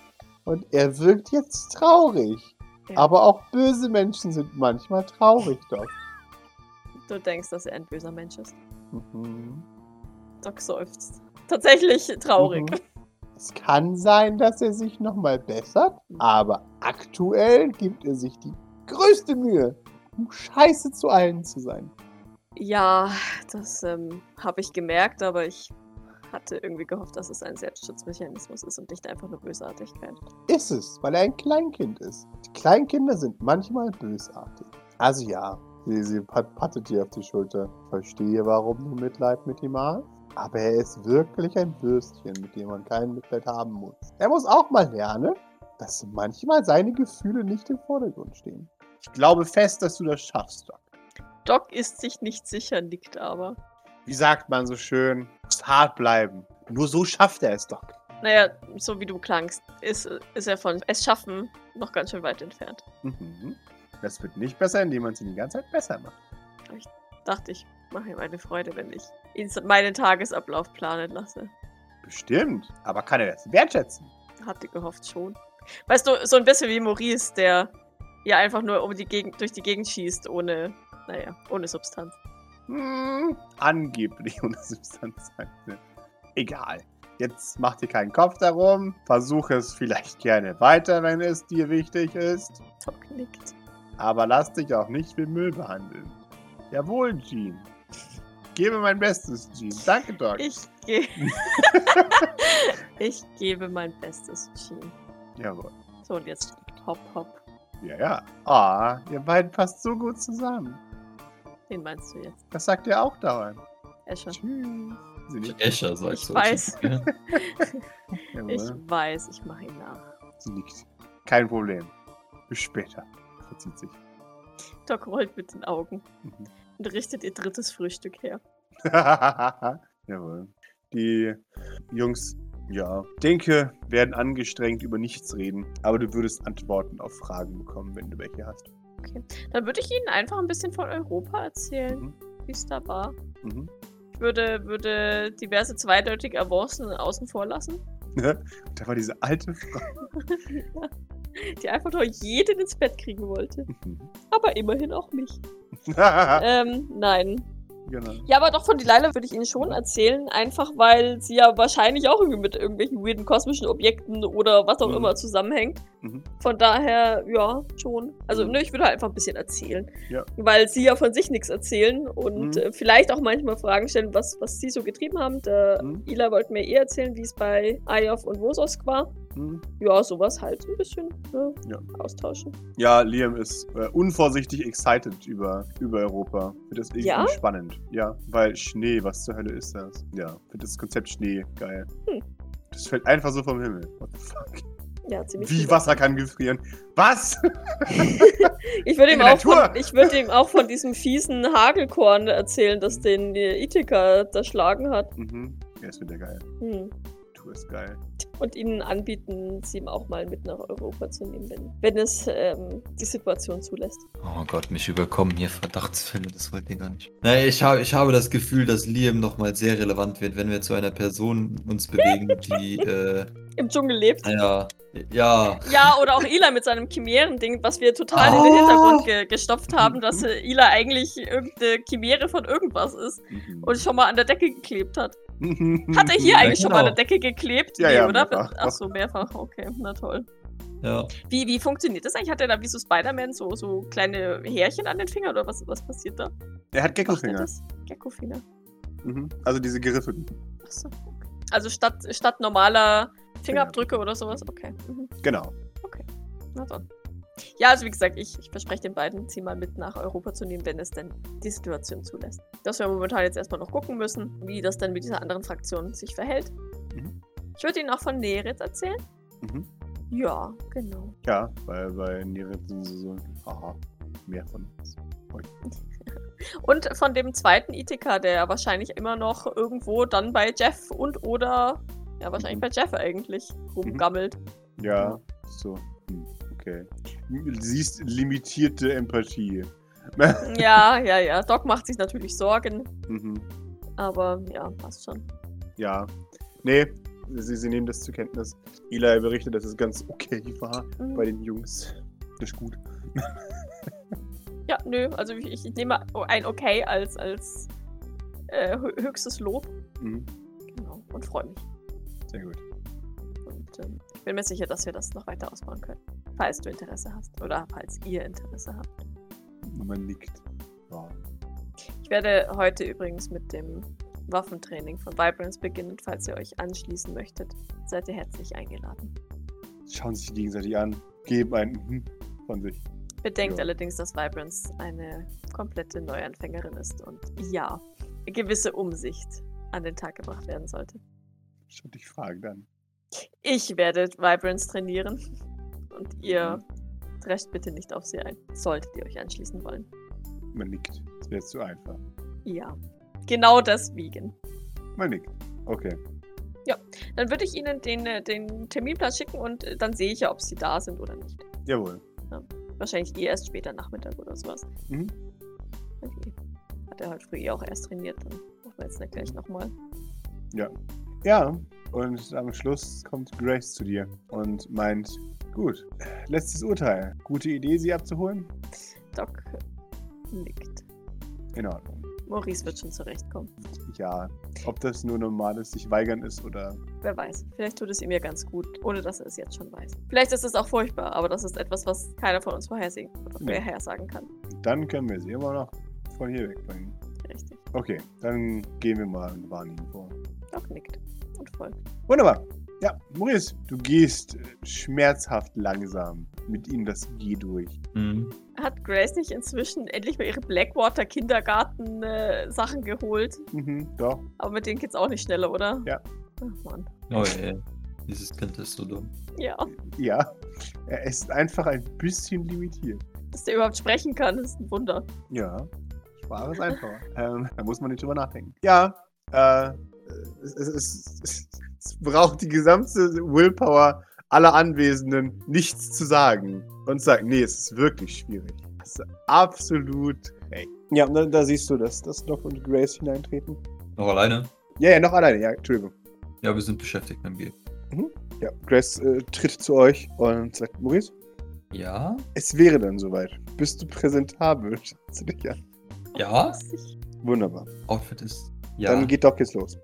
S2: Und er wirkt jetzt traurig.
S3: Ja.
S2: Aber auch böse Menschen sind manchmal traurig, Doc.
S3: Du denkst, dass er ein böser Mensch ist.
S2: Mhm.
S3: Doc seufzt. Tatsächlich traurig.
S2: Mhm. Es kann sein, dass er sich nochmal bessert, aber aktuell gibt er sich die größte Mühe, um scheiße zu allen zu sein.
S3: Ja, das ähm, habe ich gemerkt, aber ich hatte irgendwie gehofft, dass es ein Selbstschutzmechanismus ist und nicht einfach nur Bösartigkeit.
S2: Ist es, weil er ein Kleinkind ist. Die Kleinkinder sind manchmal bösartig. Also ja, sie, sie pat pattet dir auf die Schulter. Verstehe, warum du Mitleid mit ihm hast. Aber er ist wirklich ein Würstchen, mit dem man kein Mitleid haben muss. Er muss auch mal lernen, dass manchmal seine Gefühle nicht im Vordergrund stehen. Ich glaube fest, dass du das schaffst, Doc.
S3: Doc ist sich nicht sicher, nickt aber.
S2: Wie sagt man so schön? Muss hart bleiben. Nur so schafft er es, Doc.
S3: Naja, so wie du klangst, ist, ist er von es schaffen noch ganz schön weit entfernt.
S2: Mhm. Das wird nicht besser, indem man es die ganze Zeit besser macht.
S3: Dachte ich, mache ihm eine Freude, wenn ich ihn meinen Tagesablauf planen lasse.
S2: Bestimmt. Aber kann er das wertschätzen?
S3: Hatte gehofft schon. Weißt du, so ein bisschen wie Maurice, der ja einfach nur um die Gegend, durch die Gegend schießt, ohne, naja, ohne Substanz.
S2: Hm, angeblich ohne Substanz. sagt sie. Egal. Jetzt mach dir keinen Kopf darum. Versuch es vielleicht gerne weiter, wenn es dir wichtig ist.
S3: Doc nickt.
S2: Aber lass dich auch nicht wie Müll behandeln. Jawohl, Jean. Gebe mein Bestes, Jean. Danke, Doc.
S3: Ich gehe. ich gebe mein Bestes, Jean.
S2: Jawohl.
S3: So, und jetzt hopp, hopp.
S2: Ja, ja. Ah, ihr beiden passt so gut zusammen.
S3: Den meinst du jetzt,
S2: Das sagt ihr auch dauernd.
S3: Escher?
S2: Tschüss. Sie nickt.
S4: Escher, sagst
S3: Ich
S4: du.
S3: weiß.
S4: Ja.
S3: Ich
S2: Jawohl.
S3: weiß, ich mache ihm nach.
S2: Sie nickt. Kein Problem. Bis später. Verzieht sich.
S3: Doc rollt mit den Augen
S2: Mhm.
S3: und richtet ihr drittes Frühstück her.
S2: Jawohl. Die Jungs, ja, denke, werden angestrengt über nichts reden, aber du würdest Antworten auf Fragen bekommen, wenn du welche hast.
S3: Dann würde ich Ihnen einfach ein bisschen von Europa erzählen,
S2: Mhm.
S3: wie es da war.
S2: Mhm.
S3: Ich würde, würde diverse zweideutige Avancen außen vor lassen,
S2: Da war diese alte Frau.
S3: die einfach nur jeden ins Bett kriegen wollte. Aber immerhin auch mich.
S2: Ah.
S3: Ähm, nein.
S2: genau.
S3: Ja, aber doch von Delilah würde ich Ihnen schon erzählen, einfach weil sie ja wahrscheinlich auch irgendwie mit irgendwelchen weirden kosmischen Objekten oder was auch
S2: Mhm.
S3: immer zusammenhängt.
S2: Mhm.
S3: Von daher, ja, schon. Also, ne, ich würde halt einfach ein bisschen erzählen.
S2: Ja.
S3: Weil sie ja von sich nichts erzählen und
S2: Mhm.
S3: äh, vielleicht auch manchmal Fragen stellen, was, was sie so getrieben haben. Der
S2: Mhm.
S3: Ila wollte mir eh erzählen, wie es bei Ayov und Wososk war.
S2: Mhm.
S3: Ja, sowas halt ein bisschen ne,
S2: Ja.
S3: austauschen.
S2: Ja, Liam ist äh, unvorsichtig excited über, über Europa. Wird das irgendwie
S3: Ja?
S2: spannend. Ja, weil Schnee, was zur Hölle ist das? Ja, wird das Konzept Schnee geil.
S3: Hm.
S2: Das fällt einfach so vom Himmel. What the fuck?
S3: Ja, ziemlich
S2: Wie
S3: viel.
S2: Wasser kann gefrieren? Was?
S3: Ich würde
S2: in
S3: ihm,
S2: der
S3: auch von-
S2: Natur.
S3: ich würde ihm auch von diesem fiesen Hagelkorn erzählen, das den äh, Ithika zerschlagen hat.
S2: Mhm. Ja, das wird ja geil.
S3: Hm.
S2: Kultur ist geil.
S3: und ihnen anbieten, sie ihm auch mal mit nach Europa zu nehmen, wenn, wenn es ähm, die Situation zulässt.
S8: Oh Gott, mich überkommen hier Verdachtsfälle, das wollt ihr gar nicht.
S4: Naja, ich, hab, ich habe das Gefühl, dass Liam nochmal sehr relevant wird, wenn wir zu einer Person uns bewegen, die, äh,
S3: Im Dschungel lebt.
S2: Äh.
S4: naja, ja,
S3: Ja, oder auch Ila mit seinem Chimären-Ding, was wir total in den
S4: Oh.
S3: Hintergrund ge gestopft haben, dass äh, Ila eigentlich irgendeine Chimäre von irgendwas ist
S2: Mhm.
S3: und schon mal an der Decke geklebt hat. Hat er hier
S4: Ja,
S3: eigentlich schon mal an der
S4: genau.
S3: Decke geklebt?
S2: Ja, ja,
S3: oder?
S2: mehrfach.
S3: Ach so, mehrfach. Okay, na toll.
S4: ja.
S3: Wie, wie funktioniert das eigentlich? Hat er da wie so Spider-Man so, so kleine Härchen an den Fingern oder was, was passiert da?
S2: Er hat
S3: Macht er
S2: Geckofinger.
S3: das? Geckofinger.
S2: Mhm. Also diese geriffelten.
S3: Ach so, okay. Also statt, statt normaler Fingerabdrücke oder sowas? Okay. Mhm.
S2: Genau.
S3: Na dann. Ja, also wie gesagt, ich, ich verspreche den beiden, sie mal mit nach Europa zu nehmen, wenn es denn die Situation zulässt. Dass wir momentan jetzt erstmal noch gucken müssen, wie das dann mit dieser anderen Fraktion sich verhält.
S2: Mhm.
S3: Ich würde Ihnen auch von Neritz erzählen.
S2: Mhm.
S3: Ja, genau.
S2: Ja, weil bei Nieren sind sie so, haha, mehr von uns.
S3: Und von dem zweiten Ithaca, der wahrscheinlich immer noch irgendwo dann bei Jeff und oder, ja, wahrscheinlich
S2: Mhm.
S3: bei Jeff eigentlich rumgammelt.
S2: Ja, so. Hm, okay. M- Siehst limitierte Empathie.
S3: ja, ja, ja. Doc macht sich natürlich Sorgen,
S2: Mhm.
S3: aber ja, passt schon.
S2: Ja. Nee, sie, sie nehmen das zur Kenntnis. Eli berichtet, dass es ganz okay war
S3: Mhm.
S2: bei den Jungs. Das ist gut.
S3: Ja, nö, also ich, ich nehme ein Okay als, als äh, hö- höchstes Lob.
S2: Mhm.
S3: Genau. Und freue mich.
S2: Sehr gut.
S3: Und ähm, ich bin mir sicher, dass wir das noch weiter ausbauen können. Falls du Interesse hast. Oder falls ihr Interesse habt.
S2: Man nickt. Ja.
S3: Ich werde heute übrigens mit dem Waffentraining von Vibrance beginnen. Falls ihr euch anschließen möchtet, seid ihr herzlich eingeladen.
S2: Schauen sich gegenseitig an, geben ein mhm von sich.
S3: Bedenkt
S2: Ja.
S3: allerdings, dass Vibrance eine komplette Neuanfängerin ist und ja, gewisse Umsicht an den Tag gebracht werden sollte.
S2: Schaut dich fragend an.
S3: Ich werde Vibrance trainieren. Und ihr drescht bitte nicht auf sie ein. Solltet ihr euch anschließen wollen.
S2: Man nickt. Das wäre zu einfach.
S3: Ja. Genau deswegen.
S2: Man nickt. Okay.
S3: Dann würde ich Ihnen den, äh, den Terminplan schicken und äh, dann sehe ich ja, ob Sie da sind oder nicht.
S2: Jawohl.
S3: Wahrscheinlich eh erst später Nachmittag oder sowas.
S2: Mhm.
S3: Okay. Hat er heute früh eh auch erst trainiert. Dann machen wir jetzt nicht gleich nochmal.
S2: Ja, und am Schluss kommt Grace zu dir und meint, gut, letztes Urteil. Gute Idee, sie abzuholen?
S3: Doc äh, nickt.
S2: In Ordnung.
S3: Maurice wird schon zurechtkommen.
S2: Ja, ob das nur normales sich weigern ist oder...
S3: Wer weiß. Vielleicht tut es ihm ja ganz gut, ohne dass er es jetzt schon weiß. Vielleicht ist es auch furchtbar, aber das ist etwas, was keiner von uns vorhersehen oder
S2: Nee.
S3: vorhersagen kann.
S2: Dann können wir sie immer noch von hier wegbringen.
S3: Richtig.
S2: Okay, dann gehen wir mal und warnen ihn vor.
S3: Doc nickt und folgt.
S2: Wunderbar. Ja, Maurice, du gehst äh, schmerzhaft langsam mit ihm das G durch.
S8: Hm.
S3: Hat Grace nicht inzwischen endlich mal ihre Blackwater Kindergarten-Sachen geholt?
S2: Mhm, doch.
S3: Aber mit denen geht's auch nicht schneller, oder?
S2: Ja.
S3: Ach Mann.
S4: Oh, ey. Dieses Kind ist so dumm.
S3: Ja,
S2: Ja, er ist einfach ein bisschen limitiert.
S3: dass der überhaupt sprechen kann, ist ein Wunder.
S2: Ja, Sprache ist einfacher. ähm, da muss man nicht drüber nachdenken. Ja, äh, es, es, es, es, es braucht die gesamte Willpower aller Anwesenden, nichts zu sagen. Und zu sagen, nee, es ist wirklich schwierig. Das ist absolut recht. Ja, und dann, da siehst du das, dass Doc und Grace hineintreten.
S4: Noch alleine?
S2: Ja, ja, noch alleine, ja, Entschuldigung.
S4: Ja, wir sind beschäftigt mit dem G.
S2: Ja, Grace äh, tritt zu euch und sagt, Maurice,
S4: Ja?
S2: es wäre dann soweit. Bist du präsentabel? Schaust du dich an.
S4: Ja?
S2: Wunderbar.
S4: Outfit ist. Ja.
S2: Dann geht Doc jetzt los.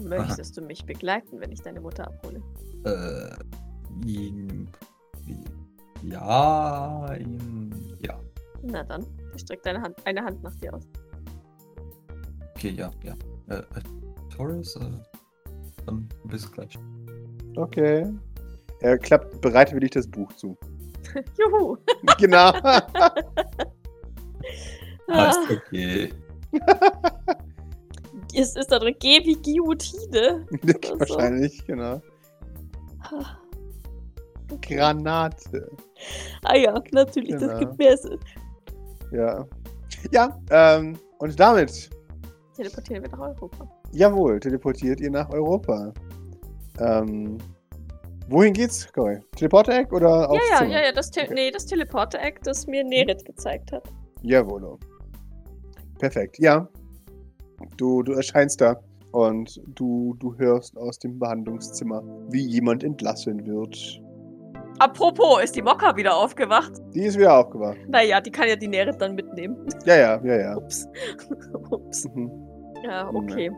S3: Möchtest du mich begleiten, wenn ich deine Mutter abhole?
S4: äh, ihn. Ja, ihn. Ja.
S3: Na dann, ich strecke deine Hand, eine Hand nach dir aus.
S4: Okay, ja, ja. Äh, äh Torres? Äh, dann bis gleich.
S2: Okay. Er klappt bereitwillig das Buch zu.
S3: Juhu!
S2: Genau.
S4: Ah,
S3: Ah,
S4: ist okay.
S3: es ist da drin G wie Guillotine.
S2: Wahrscheinlich, genau.
S3: Ah,
S2: Granate.
S3: Ah ja, natürlich,
S2: Genau.
S3: das gibt mir es.
S2: Ja. Ja, ähm, und damit,
S3: Teleportieren wir nach Europa.
S2: jawohl, teleportiert ihr nach Europa. Ähm, wohin geht's, Goy? Teleporter-Eck oder aufs
S3: ja, ja,
S2: Zimmer?
S3: ja, ja, das, Te nee, das Teleporter-Eck, das mir Nerit gezeigt hat.
S2: Jawollo. Perfekt, ja. Du, du erscheinst da und du, du hörst aus dem Behandlungszimmer, wie jemand entlassen wird.
S3: Apropos, ist die Mokka wieder aufgewacht?
S2: Die ist wieder aufgewacht.
S3: Naja, die kann ja die Nerit dann mitnehmen.
S2: Ja, ja, ja, ja.
S3: Ups. Ups.
S2: Mhm.
S3: Ja, okay.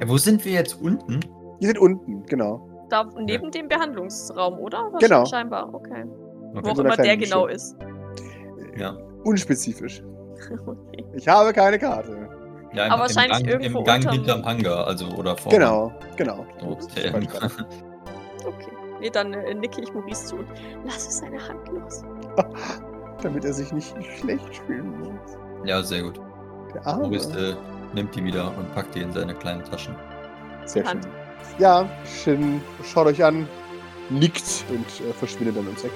S4: Ja, wo sind wir jetzt unten?
S2: Die sind unten, genau.
S3: Da neben dem Behandlungsraum, oder? Was-
S2: Genau.
S3: Scheinbar, okay. Wo
S4: Okay.
S3: auch
S2: so einer
S3: immer der
S2: kleinen
S3: genau
S2: Nische.
S3: ist.
S2: Unspezifisch.
S3: Okay.
S2: Ich habe keine Karte.
S4: Ja, im,
S3: Aber
S4: im
S3: wahrscheinlich
S4: Gang,
S3: irgendwo
S4: im Gang
S3: unterm-
S4: hinterm Hangar, also oder vor.
S2: Genau, genau.
S4: Hotel.
S3: okay. Nee, dann äh, nicke ich Maurice zu. und Lass es seine Hand los.
S2: Damit er sich nicht schlecht fühlen muss.
S4: Ja, sehr gut.
S2: Der Arme.
S4: Maurice äh, nimmt die wieder und packt die in seine kleinen Taschen.
S2: Sehr schön.
S3: Hand.
S2: Ja, Shin schaut euch an, nickt und äh, verschwindet dann ums Eck.